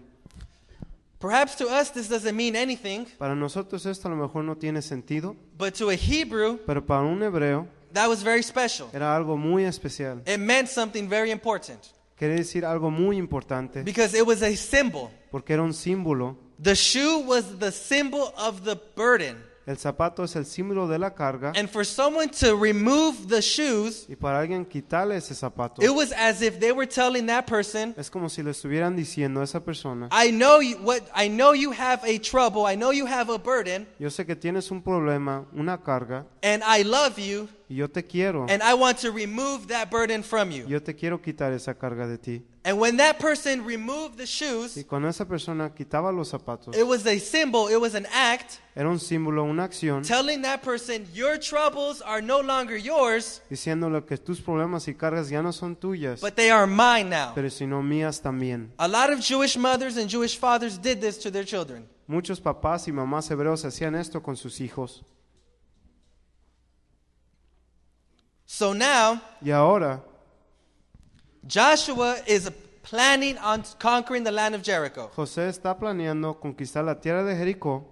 Speaker 1: Perhaps to us this doesn't mean anything,
Speaker 2: Para nosotros esto a lo mejor no tiene sentido,
Speaker 1: but to a Hebrew
Speaker 2: pero para un hebreo
Speaker 1: that was very special.
Speaker 2: era algo muy especial.
Speaker 1: It meant something very important.
Speaker 2: Quiere decir algo muy importante
Speaker 1: Because it was a symbol.
Speaker 2: porque era un símbolo.
Speaker 1: The shoe was the symbol of the burden.
Speaker 2: El zapato es el símbolo de la carga
Speaker 1: And for someone to remove the shoes,
Speaker 2: y para alguien quitarle ese zapato
Speaker 1: it was as if they were telling that person,
Speaker 2: es como si le estuvieran diciendo a esa persona,
Speaker 1: I know you, what I know you have a trouble, I know you have a burden,
Speaker 2: yo sé que tienes un problema, una carga
Speaker 1: and I love you,
Speaker 2: Y yo te quiero.
Speaker 1: And I want to remove that burden from you.
Speaker 2: Yo te quiero quitar esa carga de ti.
Speaker 1: And when that person removed the shoes,
Speaker 2: Y cuando esa persona quitaba los zapatos,
Speaker 1: it was a symbol, it was an act
Speaker 2: era un símbolo, una acción,
Speaker 1: telling that person, Your troubles are no longer yours,
Speaker 2: diciéndole que tus problemas y cargas ya no son tuyas,
Speaker 1: but they are mine now.
Speaker 2: pero sino mías también.
Speaker 1: A lot of Jewish mothers and Jewish fathers did this to their children.
Speaker 2: Muchos papás y mamás hebreos hacían esto con sus hijos.
Speaker 1: So now,
Speaker 2: Y ahora
Speaker 1: Joshua is planning on conquering the land of Jericho.
Speaker 2: José está planeando conquistar la tierra de Jericó,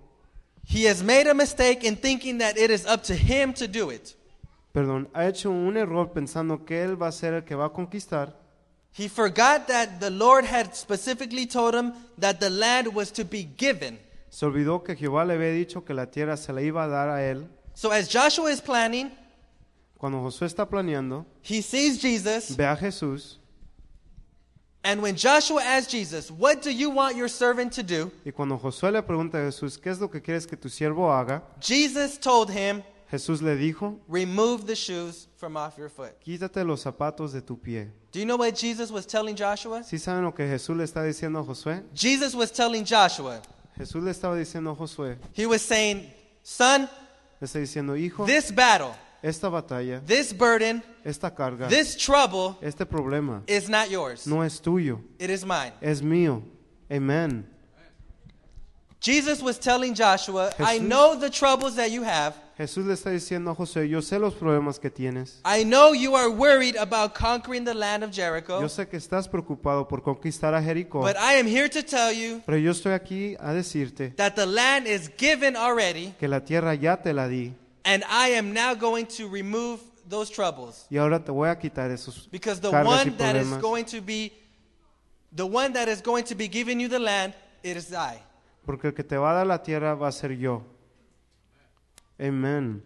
Speaker 1: He has made a mistake in thinking that it is up to him to do it.
Speaker 2: perdón, ha hecho un error pensando que él va a ser el que va a conquistar.
Speaker 1: He forgot that the Lord had specifically told him that the land was to be given.
Speaker 2: Se olvidó que Jehová le había dicho que la tierra se la iba a dar a él.
Speaker 1: So as Joshua is planning,
Speaker 2: Cuando Josué está planeando,
Speaker 1: he sees Jesus,
Speaker 2: ve a Jesús
Speaker 1: and when Joshua asks Jesus, "What do you want your servant to do?"
Speaker 2: y cuando Josué le pregunta a Jesús, ¿qué es lo que quieres que tu siervo haga?
Speaker 1: Jesus told him,
Speaker 2: Jesús le dijo,
Speaker 1: "Remove the shoes from off your foot."
Speaker 2: quítate los zapatos de tu pie.
Speaker 1: Do you know what Jesus was telling Joshua?
Speaker 2: ¿Sí saben lo que Jesús le está diciendo a Josué?
Speaker 1: Jesus was telling Joshua.
Speaker 2: Jesús le estaba diciendo a Josué,
Speaker 1: He was saying, "Son,
Speaker 2: le está diciendo, hijo,
Speaker 1: this battle,
Speaker 2: esta batalla,
Speaker 1: this burden,
Speaker 2: esta carga,
Speaker 1: this trouble
Speaker 2: este problema,
Speaker 1: is not yours.
Speaker 2: no es tuyo,
Speaker 1: It is mine."
Speaker 2: es mío. Amén.
Speaker 1: Jesus was telling Joshua, I
Speaker 2: Jesús-
Speaker 1: know the troubles that you have.
Speaker 2: Jesús le está diciendo a Josué, yo sé los problemas que tienes.
Speaker 1: I know you are worried about conquering the land of Jericho.
Speaker 2: Yo sé que estás preocupado por conquistar a Jericó,
Speaker 1: But I am here to tell you
Speaker 2: pero yo estoy aquí a decirte
Speaker 1: that the land is given already,
Speaker 2: que la tierra ya te la di
Speaker 1: and I am now going to remove those troubles.
Speaker 2: y ahora te voy a quitar esos
Speaker 1: Because the
Speaker 2: cargas y
Speaker 1: one that is
Speaker 2: problemas,
Speaker 1: going to be the one that is going to be giving you the land, it is I.
Speaker 2: porque el que te va a dar la tierra va a ser yo. Amén.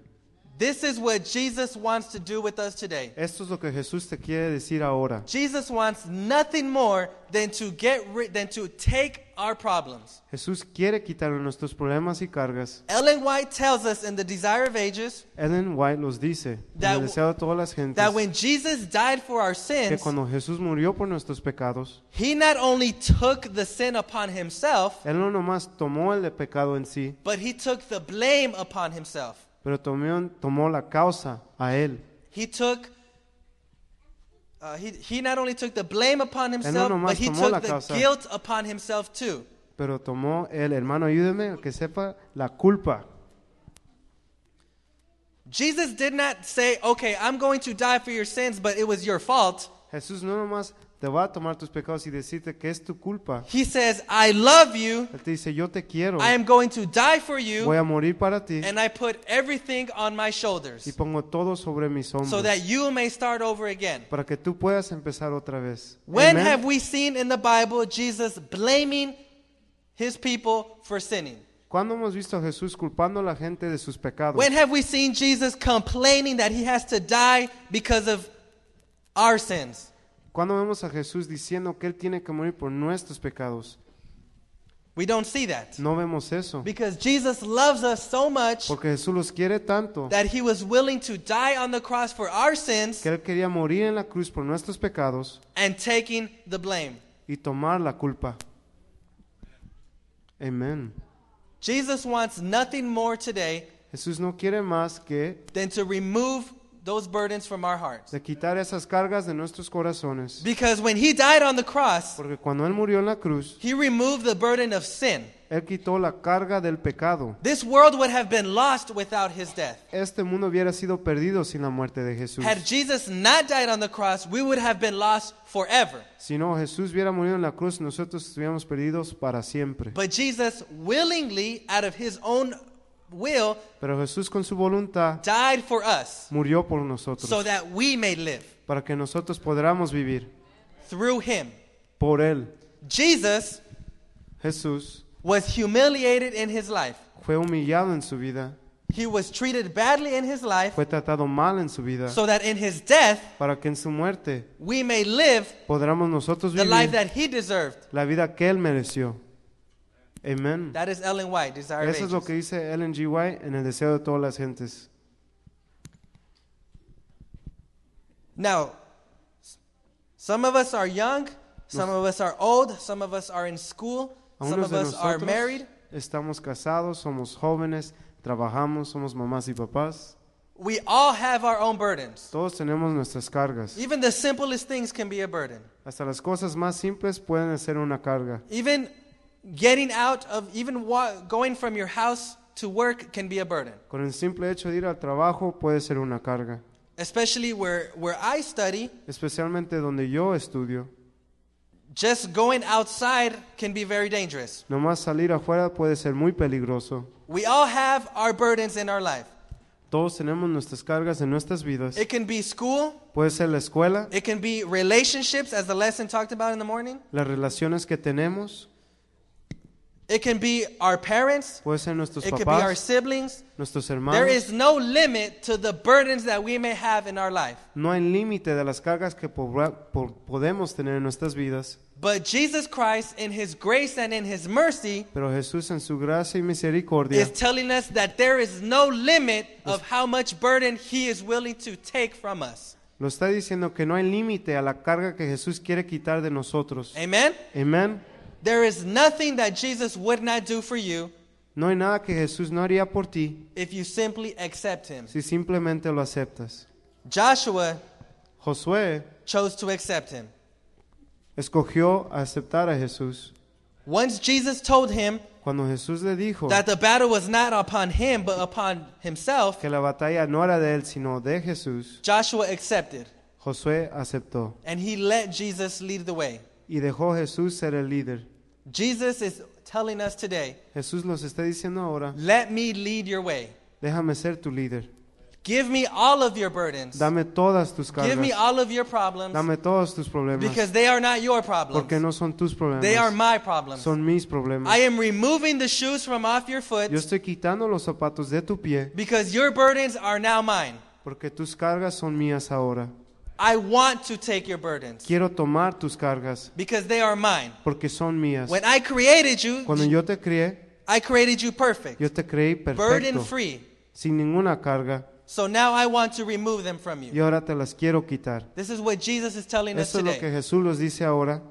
Speaker 1: This is what Jesus wants to do with us today.
Speaker 2: Esto es lo que Jesús te quiere decir ahora.
Speaker 1: Jesus wants nothing more than to get rid than to take our problems.
Speaker 2: Jesús quiere quitar nuestros problemas y cargas.
Speaker 1: Ellen White tells us in The Desire of Ages
Speaker 2: Ellen White los dice, en
Speaker 1: That
Speaker 2: el
Speaker 1: w-
Speaker 2: deseo de todas las gentes,
Speaker 1: that when Jesus died for our
Speaker 2: que
Speaker 1: sins,
Speaker 2: cuando Jesús murió por nuestros pecados,
Speaker 1: he not only took the sin upon himself,
Speaker 2: Él no nomás tomó el de pecado en sí,
Speaker 1: but he took the blame upon himself.
Speaker 2: pero tomó, tomó la causa a Él.
Speaker 1: He took uh, he, he not only took the blame upon himself,
Speaker 2: nomás
Speaker 1: but he
Speaker 2: tomó la
Speaker 1: took the
Speaker 2: causa.
Speaker 1: guilt upon himself too.
Speaker 2: Pero tomó el hermano, ayúdeme, el que sepa la culpa.
Speaker 1: Jesus did not say, "Okay, I'm going to die for your sins, but it was your fault."
Speaker 2: Jesús no nomás te va a tomar tus pecados y decirte que es tu culpa.
Speaker 1: He says, "I love you.
Speaker 2: Él te dice, yo te quiero,
Speaker 1: I am going to die for
Speaker 2: voy
Speaker 1: you,
Speaker 2: a morir para ti
Speaker 1: and I put everything on my
Speaker 2: y
Speaker 1: shoulders
Speaker 2: pongo todo sobre mis
Speaker 1: so
Speaker 2: hombros
Speaker 1: that you may start over again."
Speaker 2: para que tú puedas empezar otra vez.
Speaker 1: When
Speaker 2: Amén.
Speaker 1: have we seen in the Bible Jesus blaming his people for sinning?
Speaker 2: ¿Cuándo hemos visto a Jesús culpando a la gente de sus pecados?
Speaker 1: When have we seen Jesus complaining that he has to die because of our sins?
Speaker 2: ¿Cuándo vemos a Jesús diciendo que Él tiene que morir por nuestros pecados?
Speaker 1: We don't see that.
Speaker 2: No vemos eso.
Speaker 1: Because Jesus loves us so much
Speaker 2: Porque Jesús los quiere tanto
Speaker 1: that he was willing to die on the cross for our sins
Speaker 2: que Él quería morir en la cruz por nuestros pecados
Speaker 1: and taking the blame.
Speaker 2: y tomar la culpa. Amén.
Speaker 1: Jesus wants nothing more today
Speaker 2: Jesús no quiere más que
Speaker 1: than to remove those burdens from our hearts.
Speaker 2: de quitar esas cargas de nuestros corazones.
Speaker 1: Because when he died on the cross,
Speaker 2: Porque cuando Él murió en la cruz,
Speaker 1: he removed the burden of sin.
Speaker 2: Él quitó la carga del pecado.
Speaker 1: This world would have been lost without his death.
Speaker 2: Este mundo hubiera sido perdido sin la muerte de Jesús.
Speaker 1: Had Jesus not died on the cross, we would have been lost forever.
Speaker 2: Si no Jesús hubiera morido en la cruz, nosotros estuviéramos perdidos para siempre.
Speaker 1: But Jesus willingly, out of his own will,
Speaker 2: Pero Jesús con su voluntad
Speaker 1: died for us
Speaker 2: murió por nosotros,
Speaker 1: so that we may live
Speaker 2: para que nosotros podamos vivir
Speaker 1: through him.
Speaker 2: por Él.
Speaker 1: Jesus
Speaker 2: Jesús
Speaker 1: was humiliated in his life.
Speaker 2: fue humillado en su vida,
Speaker 1: He was treated badly in his life
Speaker 2: fue tratado mal en su vida,
Speaker 1: so that in his death
Speaker 2: para que en su muerte
Speaker 1: we may live
Speaker 2: podamos nosotros
Speaker 1: the life
Speaker 2: vivir
Speaker 1: that he deserved.
Speaker 2: la vida que Él mereció. Amén.
Speaker 1: That is Ellen White, Desire of
Speaker 2: Eso es lo
Speaker 1: Ages.
Speaker 2: que dice Ellen G. White en el deseo de todas las gentes.
Speaker 1: Now, s- some of us are young, some of us are old, some of us are in school, some
Speaker 2: Algunos
Speaker 1: of
Speaker 2: de
Speaker 1: us are married.
Speaker 2: nosotros estamos casados, somos jóvenes, trabajamos, somos mamás y papás.
Speaker 1: We all have our own burdens.
Speaker 2: Todos tenemos nuestras cargas.
Speaker 1: Even the simplest things can be a burden.
Speaker 2: Hasta las cosas más simples pueden ser una carga.
Speaker 1: Even getting out of, even wa- going from your house to work can be a burden.
Speaker 2: Con el simple hecho de ir al trabajo puede ser una carga.
Speaker 1: Especially where, where I study,
Speaker 2: Especialmente donde yo estudio.
Speaker 1: just going outside can be very dangerous.
Speaker 2: Nomás salir afuera puede ser muy peligroso.
Speaker 1: We all have our burdens in our life.
Speaker 2: Todos tenemos nuestras cargas en nuestras vidas.
Speaker 1: It can be school,
Speaker 2: Puede ser la escuela,
Speaker 1: it can be relationships, as the lesson talked about in the morning,
Speaker 2: las relaciones que tenemos,
Speaker 1: it can be our parents,
Speaker 2: puede ser nuestros
Speaker 1: it could be our
Speaker 2: papás,
Speaker 1: siblings.
Speaker 2: nuestros
Speaker 1: There
Speaker 2: hermanos.
Speaker 1: is no limit to the burdens that we may have in our life.
Speaker 2: No hay límite de las cargas que pobra- po- podemos tener en nuestras vidas,
Speaker 1: But Jesus Christ, in His grace and in His mercy,
Speaker 2: pero Jesús en su gracia y misericordia
Speaker 1: is telling us that there is no limit of how much burden He is willing to take from us.
Speaker 2: lo está diciendo que no hay límite a la carga que Jesús quiere quitar de nosotros.
Speaker 1: Amen?
Speaker 2: Amén.
Speaker 1: There is nothing that Jesus would not do for you
Speaker 2: No hay nada que Jesús no haría por ti
Speaker 1: if you simply accept Him.
Speaker 2: si simplemente lo aceptas.
Speaker 1: Joshua
Speaker 2: Josué
Speaker 1: chose to accept Him.
Speaker 2: escogió aceptar a Jesús.
Speaker 1: Once Jesus told him
Speaker 2: Cuando Jesús le dijo
Speaker 1: that the battle was not upon him but upon himself,
Speaker 2: que la batalla no era de él, sino de Jesús,
Speaker 1: Joshua accepted
Speaker 2: Josué aceptó
Speaker 1: and he let Jesus lead the way.
Speaker 2: y dejó a Jesús ser el líder.
Speaker 1: Jesus is telling us today,
Speaker 2: Jesús los está diciendo ahora,
Speaker 1: let me lead your way.
Speaker 2: déjame ser tu líder.
Speaker 1: Give me all of your burdens.
Speaker 2: Dame todas tus
Speaker 1: Give me
Speaker 2: cargas.
Speaker 1: all of your problems
Speaker 2: Dame todos tus problemas.
Speaker 1: because they are not your
Speaker 2: Porque
Speaker 1: problems.
Speaker 2: no son tus
Speaker 1: They are
Speaker 2: problemas.
Speaker 1: my problems.
Speaker 2: Son mis
Speaker 1: I
Speaker 2: problemas.
Speaker 1: am removing the shoes from off your
Speaker 2: Yo
Speaker 1: foot
Speaker 2: estoy quitando los zapatos de tu pie
Speaker 1: because your burdens are now mine.
Speaker 2: porque tus cargas son mías ahora.
Speaker 1: I want to take your burdens
Speaker 2: Quiero tomar tus cargas
Speaker 1: because they are mine.
Speaker 2: porque son mías.
Speaker 1: When I created you,
Speaker 2: Cuando yo te crié,
Speaker 1: I created you perfect,
Speaker 2: yo te creí
Speaker 1: burden
Speaker 2: perfecto,
Speaker 1: free.
Speaker 2: sin ninguna carga,
Speaker 1: So now I want to remove them from
Speaker 2: y
Speaker 1: you.
Speaker 2: ahora te las quiero quitar.
Speaker 1: This is what Jesus is telling us
Speaker 2: Eso es lo que
Speaker 1: today.
Speaker 2: Jesús los dice ahora.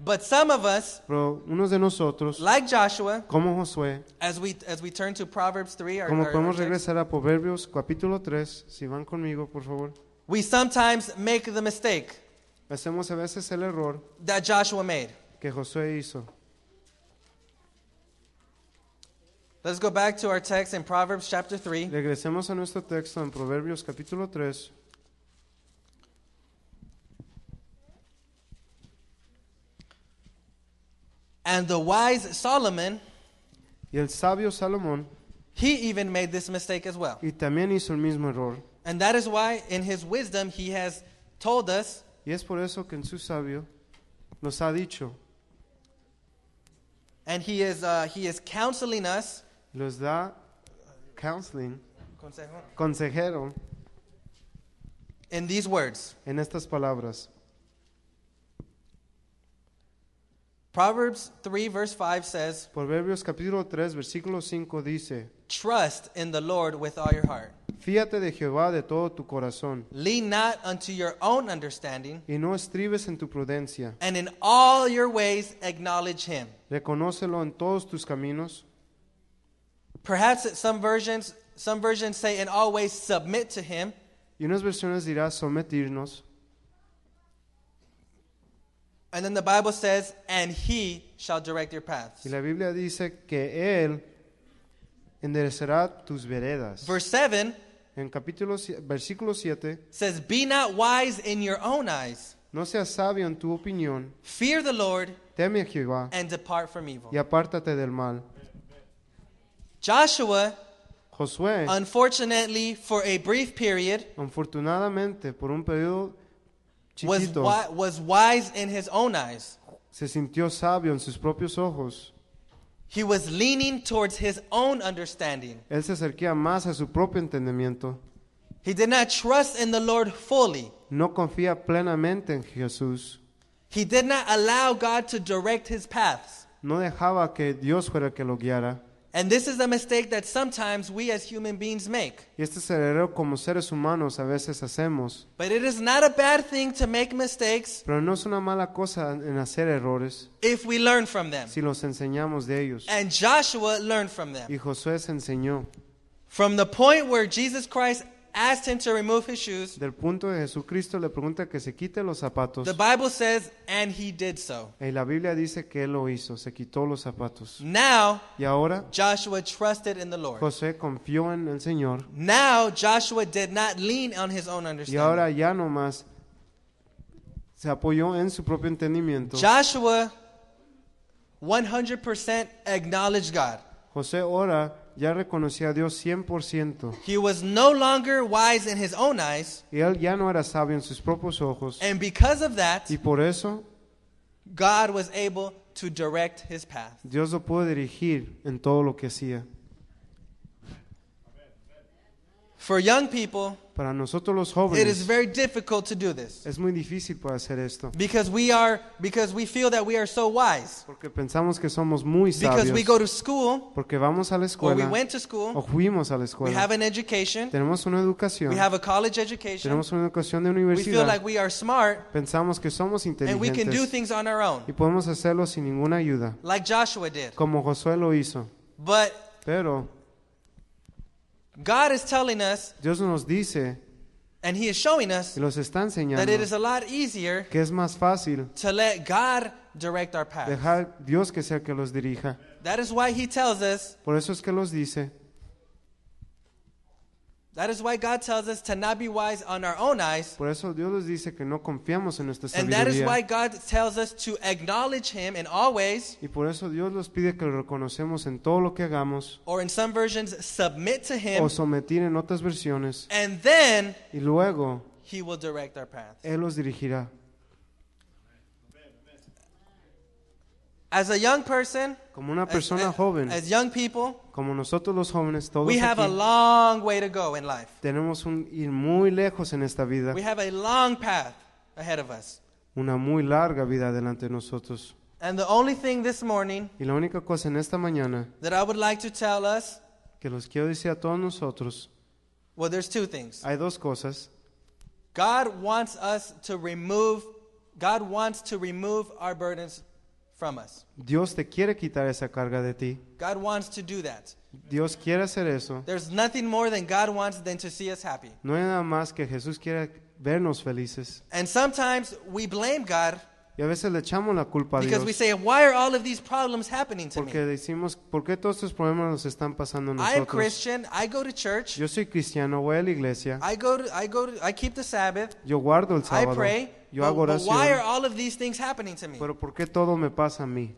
Speaker 1: But some of us,
Speaker 2: Pero unos de nosotros,
Speaker 1: like Joshua,
Speaker 2: como Josué,
Speaker 1: as we as we turn to Proverbs 3, our,
Speaker 2: como
Speaker 1: our-
Speaker 2: podemos
Speaker 1: our text,
Speaker 2: regresar a Proverbios capítulo 3, si van conmigo, por favor.
Speaker 1: we sometimes make the mistake
Speaker 2: Hacemos a veces el error
Speaker 1: that Joshua made.
Speaker 2: que Josué hizo.
Speaker 1: Let's go back to our text in Proverbs chapter 3.
Speaker 2: Regresemos a nuestro texto en Proverbios capítulo 3.
Speaker 1: And the wise Solomon,
Speaker 2: Y el sabio Salomón,
Speaker 1: he even made this mistake as well.
Speaker 2: y también hizo el mismo error.
Speaker 1: And that is why in his wisdom he has told us
Speaker 2: Y es por eso que en su sabio nos ha dicho,
Speaker 1: and he is uh, he is counseling us
Speaker 2: los da counseling, consejero,
Speaker 1: in these words.
Speaker 2: en estas palabras.
Speaker 1: Proverbs 3, verse 5 says,
Speaker 2: Proverbios capítulo 3, versículo 5 dice,
Speaker 1: Trust in the Lord with all your heart.
Speaker 2: Fíate de Jehová de todo tu corazón,
Speaker 1: Lean not unto your own understanding,
Speaker 2: y no estribes en tu prudencia.
Speaker 1: and in all your ways acknowledge him.
Speaker 2: Reconócelo en todos tus caminos.
Speaker 1: Perhaps some versions, some versions say, in all ways submit to him,
Speaker 2: Y unas versiones dirá sometirnos,
Speaker 1: and then the Bible says, and he shall direct your paths.
Speaker 2: Y la Biblia dice que Él enderezará tus veredas.
Speaker 1: Verse 7
Speaker 2: En capítulo, si- versículo 7,
Speaker 1: says, Be not wise in your own eyes,
Speaker 2: no seas sabio en tu opinión,
Speaker 1: fear the Lord,
Speaker 2: teme a Jehová
Speaker 1: and depart from evil.
Speaker 2: y apártate del mal.
Speaker 1: Joshua,
Speaker 2: Josué,
Speaker 1: unfortunately, for a brief period,
Speaker 2: afortunadamente, por un periodo
Speaker 1: was,
Speaker 2: chiquito,
Speaker 1: wi- was wise in his own eyes.
Speaker 2: se sintió sabio en sus propios ojos.
Speaker 1: He was leaning towards his own understanding.
Speaker 2: Él se acerquía más a su propio entendimiento.
Speaker 1: He did not trust in the Lord fully.
Speaker 2: No confía plenamente en Jesús.
Speaker 1: He did not allow God to direct his paths.
Speaker 2: No dejaba que Dios fuera el que lo guiara.
Speaker 1: And this is the mistake that sometimes we as human beings make.
Speaker 2: Y este cerebro como seres humanos a veces hacemos,
Speaker 1: But it is not a bad thing to make mistakes
Speaker 2: pero no es una mala cosa en hacer errores
Speaker 1: if we learn from them.
Speaker 2: si los enseñamos de ellos.
Speaker 1: And Joshua learned from them.
Speaker 2: Y Josué se enseñó
Speaker 1: From the point where Jesus Christ asked him to remove his shoes,
Speaker 2: del punto de Jesucristo le pregunta que se quite los zapatos
Speaker 1: the Bible says, and he did so.
Speaker 2: y la Biblia dice que él lo hizo, se quitó los zapatos.
Speaker 1: Now,
Speaker 2: Y ahora
Speaker 1: Joshua trusted in the Lord.
Speaker 2: Josué confió en el Señor
Speaker 1: Now, Joshua did not lean on his own
Speaker 2: y ahora
Speaker 1: understanding.
Speaker 2: ya nomás se apoyó en su propio entendimiento.
Speaker 1: Joshua 100% acknowledged God.
Speaker 2: José ahora ya reconocía a Dios 100%.
Speaker 1: He was no longer wise in his own eyes,
Speaker 2: Y él ya no era sabio en sus propios ojos.
Speaker 1: and because of that,
Speaker 2: Y por eso
Speaker 1: God was able to direct his path.
Speaker 2: Dios lo pudo dirigir en todo lo que hacía.
Speaker 1: For young people,
Speaker 2: Para nosotros los
Speaker 1: it is
Speaker 2: jóvenes
Speaker 1: very difficult to do this
Speaker 2: es muy difícil para hacer esto.
Speaker 1: because we are because we feel that we are so wise
Speaker 2: Porque pensamos que somos muy
Speaker 1: because we go
Speaker 2: sabios.
Speaker 1: to school
Speaker 2: Porque vamos a la
Speaker 1: or we
Speaker 2: escuela
Speaker 1: went to
Speaker 2: o
Speaker 1: school,
Speaker 2: fuimos a la
Speaker 1: we
Speaker 2: escuela.
Speaker 1: have an education,
Speaker 2: Tenemos una educación.
Speaker 1: we have a college education.
Speaker 2: Tenemos una educación de
Speaker 1: We feel
Speaker 2: universidad.
Speaker 1: like we are smart
Speaker 2: Pensamos que somos
Speaker 1: and we can do
Speaker 2: inteligentes
Speaker 1: things on our own
Speaker 2: y podemos hacerlo sin ninguna ayuda,
Speaker 1: like Joshua did.
Speaker 2: como Josué lo hizo.
Speaker 1: But
Speaker 2: Pero
Speaker 1: God is telling us
Speaker 2: Dios nos dice
Speaker 1: and he is showing
Speaker 2: y
Speaker 1: us
Speaker 2: los está
Speaker 1: that
Speaker 2: enseñando
Speaker 1: it is a lot easier
Speaker 2: que es más fácil
Speaker 1: to let God direct our path.
Speaker 2: dejar Dios que sea el que los dirija.
Speaker 1: That is why he tells us,
Speaker 2: Por eso es que los dice.
Speaker 1: that is why God tells us to not be wise on our own eyes.
Speaker 2: Por eso Dios les dice que no confiamos en nuestra
Speaker 1: And that is why
Speaker 2: sabiduría.
Speaker 1: God tells us to acknowledge him in all ways,
Speaker 2: Y por eso Dios los pide que lo reconocemos en todo lo que hagamos
Speaker 1: or in some versions, submit to him,
Speaker 2: o sometir en otras versiones.
Speaker 1: and then
Speaker 2: Y luego
Speaker 1: he will direct our path.
Speaker 2: Él los dirigirá.
Speaker 1: As a young person,
Speaker 2: Como una
Speaker 1: as-
Speaker 2: persona
Speaker 1: as-
Speaker 2: joven,
Speaker 1: as young people,
Speaker 2: como nosotros los jóvenes, todos
Speaker 1: we have a
Speaker 2: aquí,
Speaker 1: long way to go in life.
Speaker 2: tenemos un ir muy lejos en esta vida,
Speaker 1: We have a long path ahead of us.
Speaker 2: una muy larga vida delante de nosotros.
Speaker 1: And the only thing this morning
Speaker 2: Y la única cosa en esta mañana
Speaker 1: that I would like to tell us,
Speaker 2: que los quiero decir a todos nosotros,
Speaker 1: well, there's two things.
Speaker 2: hay dos cosas.
Speaker 1: God wants us to remove God wants to remove our burdens from us.
Speaker 2: Dios te quiere quitar esa carga de ti.
Speaker 1: God wants to do that.
Speaker 2: Dios quiere hacer eso.
Speaker 1: There's nothing more than God wants than to see us happy.
Speaker 2: No hay nada más que Jesús quiera vernos felices.
Speaker 1: And sometimes we blame God
Speaker 2: Y a veces le echamos la culpa a
Speaker 1: because we
Speaker 2: Dios.
Speaker 1: say, "Why are all of these problems happening to
Speaker 2: Porque
Speaker 1: me?
Speaker 2: decimos, ¿por qué todos estos problemas nos están pasando a
Speaker 1: I'm
Speaker 2: nosotros?
Speaker 1: Christian. I go to church.
Speaker 2: Yo soy cristiano, voy a la iglesia,
Speaker 1: I go to I go to, I keep the Sabbath.
Speaker 2: yo guardo el
Speaker 1: I
Speaker 2: sábado,
Speaker 1: pray.
Speaker 2: yo
Speaker 1: But,
Speaker 2: hago
Speaker 1: but why are
Speaker 2: oración.
Speaker 1: all of these things happening to me?
Speaker 2: Pero ¿por qué todo me pasa a mí?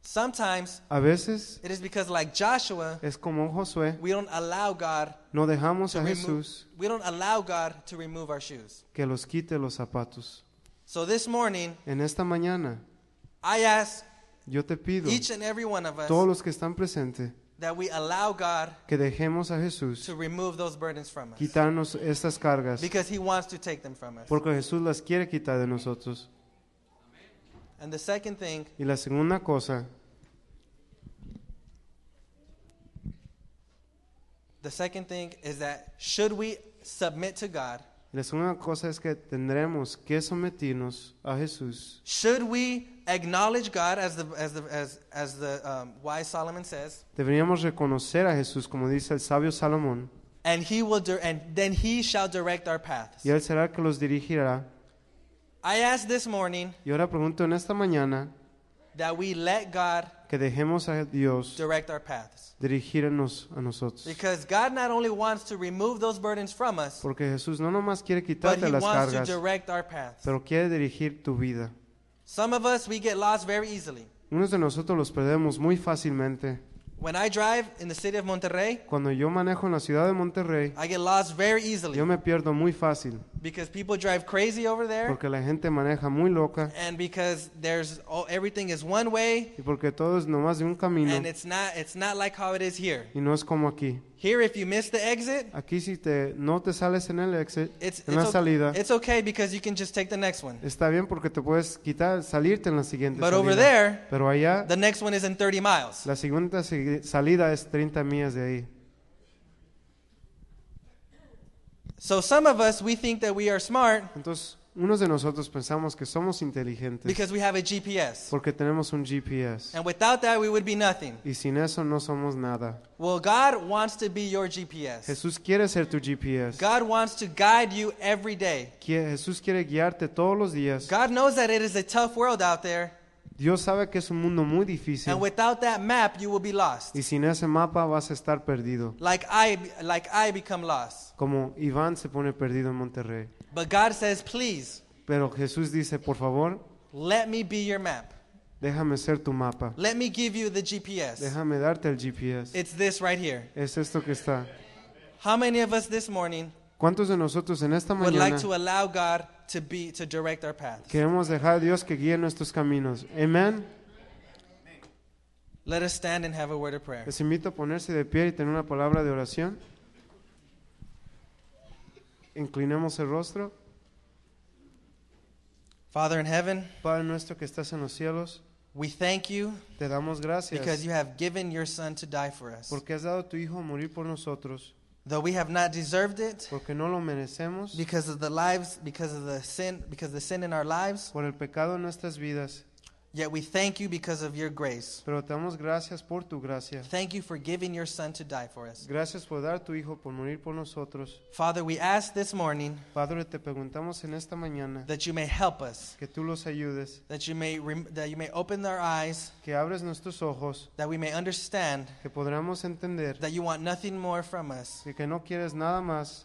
Speaker 1: Sometimes
Speaker 2: A veces
Speaker 1: it is because like Joshua,
Speaker 2: es como un Josué,
Speaker 1: we don't allow God
Speaker 2: no dejamos
Speaker 1: to
Speaker 2: a
Speaker 1: remo-
Speaker 2: Jesús
Speaker 1: we don't allow God to remove our shoes.
Speaker 2: que los quite los zapatos.
Speaker 1: So this morning,
Speaker 2: En esta mañana
Speaker 1: I ask
Speaker 2: yo te pido,
Speaker 1: each and every one of us
Speaker 2: todos los que están presentes,
Speaker 1: that we allow God
Speaker 2: que dejemos a Jesús
Speaker 1: to remove those burdens from us
Speaker 2: quitarnos estas cargas,
Speaker 1: because He wants to take them from us.
Speaker 2: porque Jesús las quiere quitar de nosotros.
Speaker 1: And the second thing,
Speaker 2: Y la segunda cosa,
Speaker 1: the second thing is that should we submit to God?
Speaker 2: la segunda cosa es que tendremos que someternos a Jesús.
Speaker 1: Should we acknowledge God as the as the as as the um, wise Solomon says,
Speaker 2: Deberíamos reconocer a Jesús, como dice el sabio Salomón,
Speaker 1: and He will dir- and then He shall direct our paths.
Speaker 2: y Él será el que los dirigirá.
Speaker 1: I ask this morning
Speaker 2: Y ahora pregunto en esta mañana
Speaker 1: that we let God
Speaker 2: que dejemos a Dios
Speaker 1: direct our paths.
Speaker 2: dirigirnos a nosotros.
Speaker 1: Because God not only wants to remove those burdens from us,
Speaker 2: Porque Jesús no nomás quiere
Speaker 1: but
Speaker 2: quitarte
Speaker 1: He
Speaker 2: las
Speaker 1: wants to
Speaker 2: cargas,
Speaker 1: direct our paths.
Speaker 2: pero quiere dirigir tu vida.
Speaker 1: Some of us, we get lost very easily.
Speaker 2: Unos de nosotros los perdemos muy fácilmente.
Speaker 1: When I drive in the city of Monterrey,
Speaker 2: Cuando yo manejo en la ciudad de Monterrey,
Speaker 1: I get lost very easily.
Speaker 2: yo me pierdo muy fácil.
Speaker 1: because people drive crazy over there
Speaker 2: porque la gente maneja muy loca
Speaker 1: and because there's all, everything is one way
Speaker 2: y porque todo es nomás de un camino
Speaker 1: and it's not it's not like how it is here.
Speaker 2: y no es como aquí.
Speaker 1: Here if you miss the exit,
Speaker 2: Aquí si te, no te sales en el exit,
Speaker 1: it's
Speaker 2: en la
Speaker 1: it's, o-
Speaker 2: salida,
Speaker 1: it's okay because you can just take the next one.
Speaker 2: está bien porque te puedes quitar, salirte en la siguiente
Speaker 1: But
Speaker 2: salida.
Speaker 1: over there,
Speaker 2: Pero allá,
Speaker 1: the next one is in 30 miles.
Speaker 2: la segunda segui- salida es 30 millas de ahí.
Speaker 1: So some of us we think that we are smart
Speaker 2: Entonces, unos de nosotros pensamos que somos inteligentes
Speaker 1: because we have a GPS.
Speaker 2: porque tenemos un GPS.
Speaker 1: And without that we would be nothing.
Speaker 2: Y sin eso no somos nada.
Speaker 1: Well, God wants to be your GPS.
Speaker 2: Jesús quiere ser tu GPS.
Speaker 1: God wants to guide you every day.
Speaker 2: Quie- Jesús quiere guiarte todos los días.
Speaker 1: God knows that it is a tough world out there,
Speaker 2: Dios sabe que es un mundo muy difícil.
Speaker 1: and without that map you will be lost.
Speaker 2: Y sin ese mapa vas a estar perdido.
Speaker 1: Like I like I become lost.
Speaker 2: Como Iván se pone perdido en Monterrey.
Speaker 1: But God says, "Please,
Speaker 2: Pero Jesús dice, por favor,
Speaker 1: let me be your map.
Speaker 2: déjame ser tu mapa.
Speaker 1: Let me give you the GPS.
Speaker 2: Déjame darte el GPS.
Speaker 1: It's this right here."
Speaker 2: Es esto que está.
Speaker 1: How many of us this morning
Speaker 2: ¿Cuántos de nosotros en esta
Speaker 1: would like
Speaker 2: mañana
Speaker 1: to allow God to be to direct our paths?
Speaker 2: queremos dejar a Dios que guíe nuestros caminos? Amén.
Speaker 1: Let us stand and have a word of prayer.
Speaker 2: Les invito a ponerse de pie y tener una palabra de oración. Inclinemos el rostro.
Speaker 1: Father in heaven,
Speaker 2: Padre nuestro que estás en los cielos,
Speaker 1: we thank you
Speaker 2: te damos
Speaker 1: because
Speaker 2: gracias
Speaker 1: you have given your son to die for us.
Speaker 2: porque has dado a tu Hijo a morir por nosotros,
Speaker 1: Though we have not deserved it,
Speaker 2: porque no lo merecemos,
Speaker 1: because of the lives because of the sin because of the sin in our lives
Speaker 2: por el pecado en nuestras vidas.
Speaker 1: yet we thank you because of your grace
Speaker 2: Pero te damos gracias por tu gracia.
Speaker 1: thank you for giving your son to die for us
Speaker 2: Gracias por dar tu Hijo, por morir por nosotros.
Speaker 1: father we ask this morning
Speaker 2: Padre, te preguntamos en esta mañana
Speaker 1: that you may help us
Speaker 2: que tú los ayudes,
Speaker 1: that you may rem- that you may open our eyes
Speaker 2: que abres nuestros ojos,
Speaker 1: that we may understand
Speaker 2: que podamos entender
Speaker 1: that you want nothing more from us
Speaker 2: de que no quieres nada más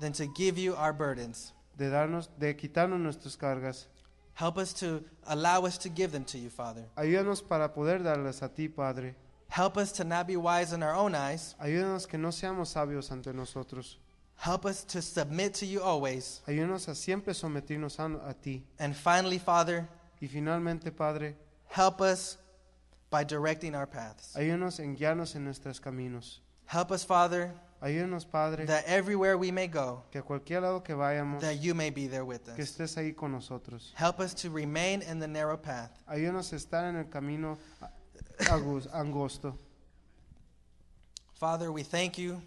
Speaker 1: than to give you our burdens
Speaker 2: de darnos, de quitarnos nuestras cargas.
Speaker 1: help us to allow us to give them to you father
Speaker 2: Ayúdanos para poder darlas a ti, Padre.
Speaker 1: help us to not be wise in our own eyes
Speaker 2: Ayúdanos que no seamos sabios ante nosotros.
Speaker 1: help us to submit to you always
Speaker 2: Ayúdanos a siempre someternos a, a ti.
Speaker 1: and finally father
Speaker 2: Y finalmente, Padre,
Speaker 1: Help us by directing our paths.
Speaker 2: ayúdanos en guiarnos en nuestros caminos.
Speaker 1: Help us, Father,
Speaker 2: Ayúdanos, Padre,
Speaker 1: that everywhere we may go,
Speaker 2: que a cualquier lado que vayamos,
Speaker 1: that you may be there with
Speaker 2: que
Speaker 1: us.
Speaker 2: estés ahí con nosotros.
Speaker 1: Help us to remain in the narrow path.
Speaker 2: Ayúdanos a estar en el camino agus- angosto.
Speaker 1: Father, we thank you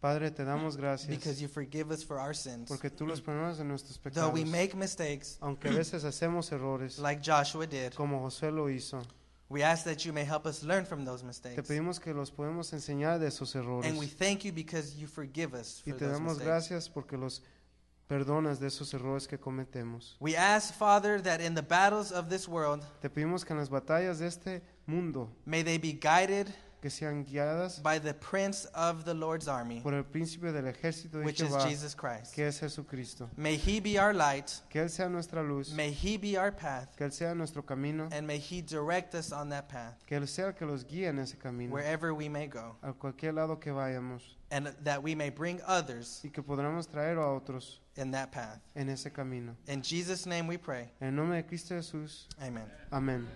Speaker 2: Padre, te damos gracias
Speaker 1: because you forgive us for our sins.
Speaker 2: porque tú los perdonas de nuestros
Speaker 1: Though
Speaker 2: pecados.
Speaker 1: we make mistakes
Speaker 2: Aunque a veces hacemos errores,
Speaker 1: like Joshua did,
Speaker 2: como José lo hizo,
Speaker 1: we ask that you may help us learn from those
Speaker 2: te
Speaker 1: mistakes.
Speaker 2: pedimos que los podemos enseñar de esos
Speaker 1: And we
Speaker 2: errores.
Speaker 1: thank you because you forgive us
Speaker 2: Y
Speaker 1: for
Speaker 2: te
Speaker 1: those
Speaker 2: damos
Speaker 1: mistakes.
Speaker 2: gracias porque los perdonas de esos errores que cometemos.
Speaker 1: We ask, Father, that in the battles of this world,
Speaker 2: Te pedimos que en las batallas de este mundo,
Speaker 1: may they be guided
Speaker 2: que sean guiadas
Speaker 1: by the Prince of the Lord's army,
Speaker 2: por el príncipe del ejército de
Speaker 1: which is
Speaker 2: Jehová,
Speaker 1: Jesus Christ.
Speaker 2: que es Jesucristo.
Speaker 1: May he be our light.
Speaker 2: Que Él sea nuestra luz,
Speaker 1: May he be our path.
Speaker 2: que Él sea nuestro camino,
Speaker 1: And may he direct us on that path
Speaker 2: que Él sea el que los guíe en ese camino,
Speaker 1: wherever we may go.
Speaker 2: a cualquier lado que vayamos,
Speaker 1: And that we may bring others
Speaker 2: y que podamos traer a otros
Speaker 1: in that path.
Speaker 2: en ese camino.
Speaker 1: In Jesus' name we pray.
Speaker 2: En el nombre de Cristo Jesús,
Speaker 1: Amen.
Speaker 2: amén.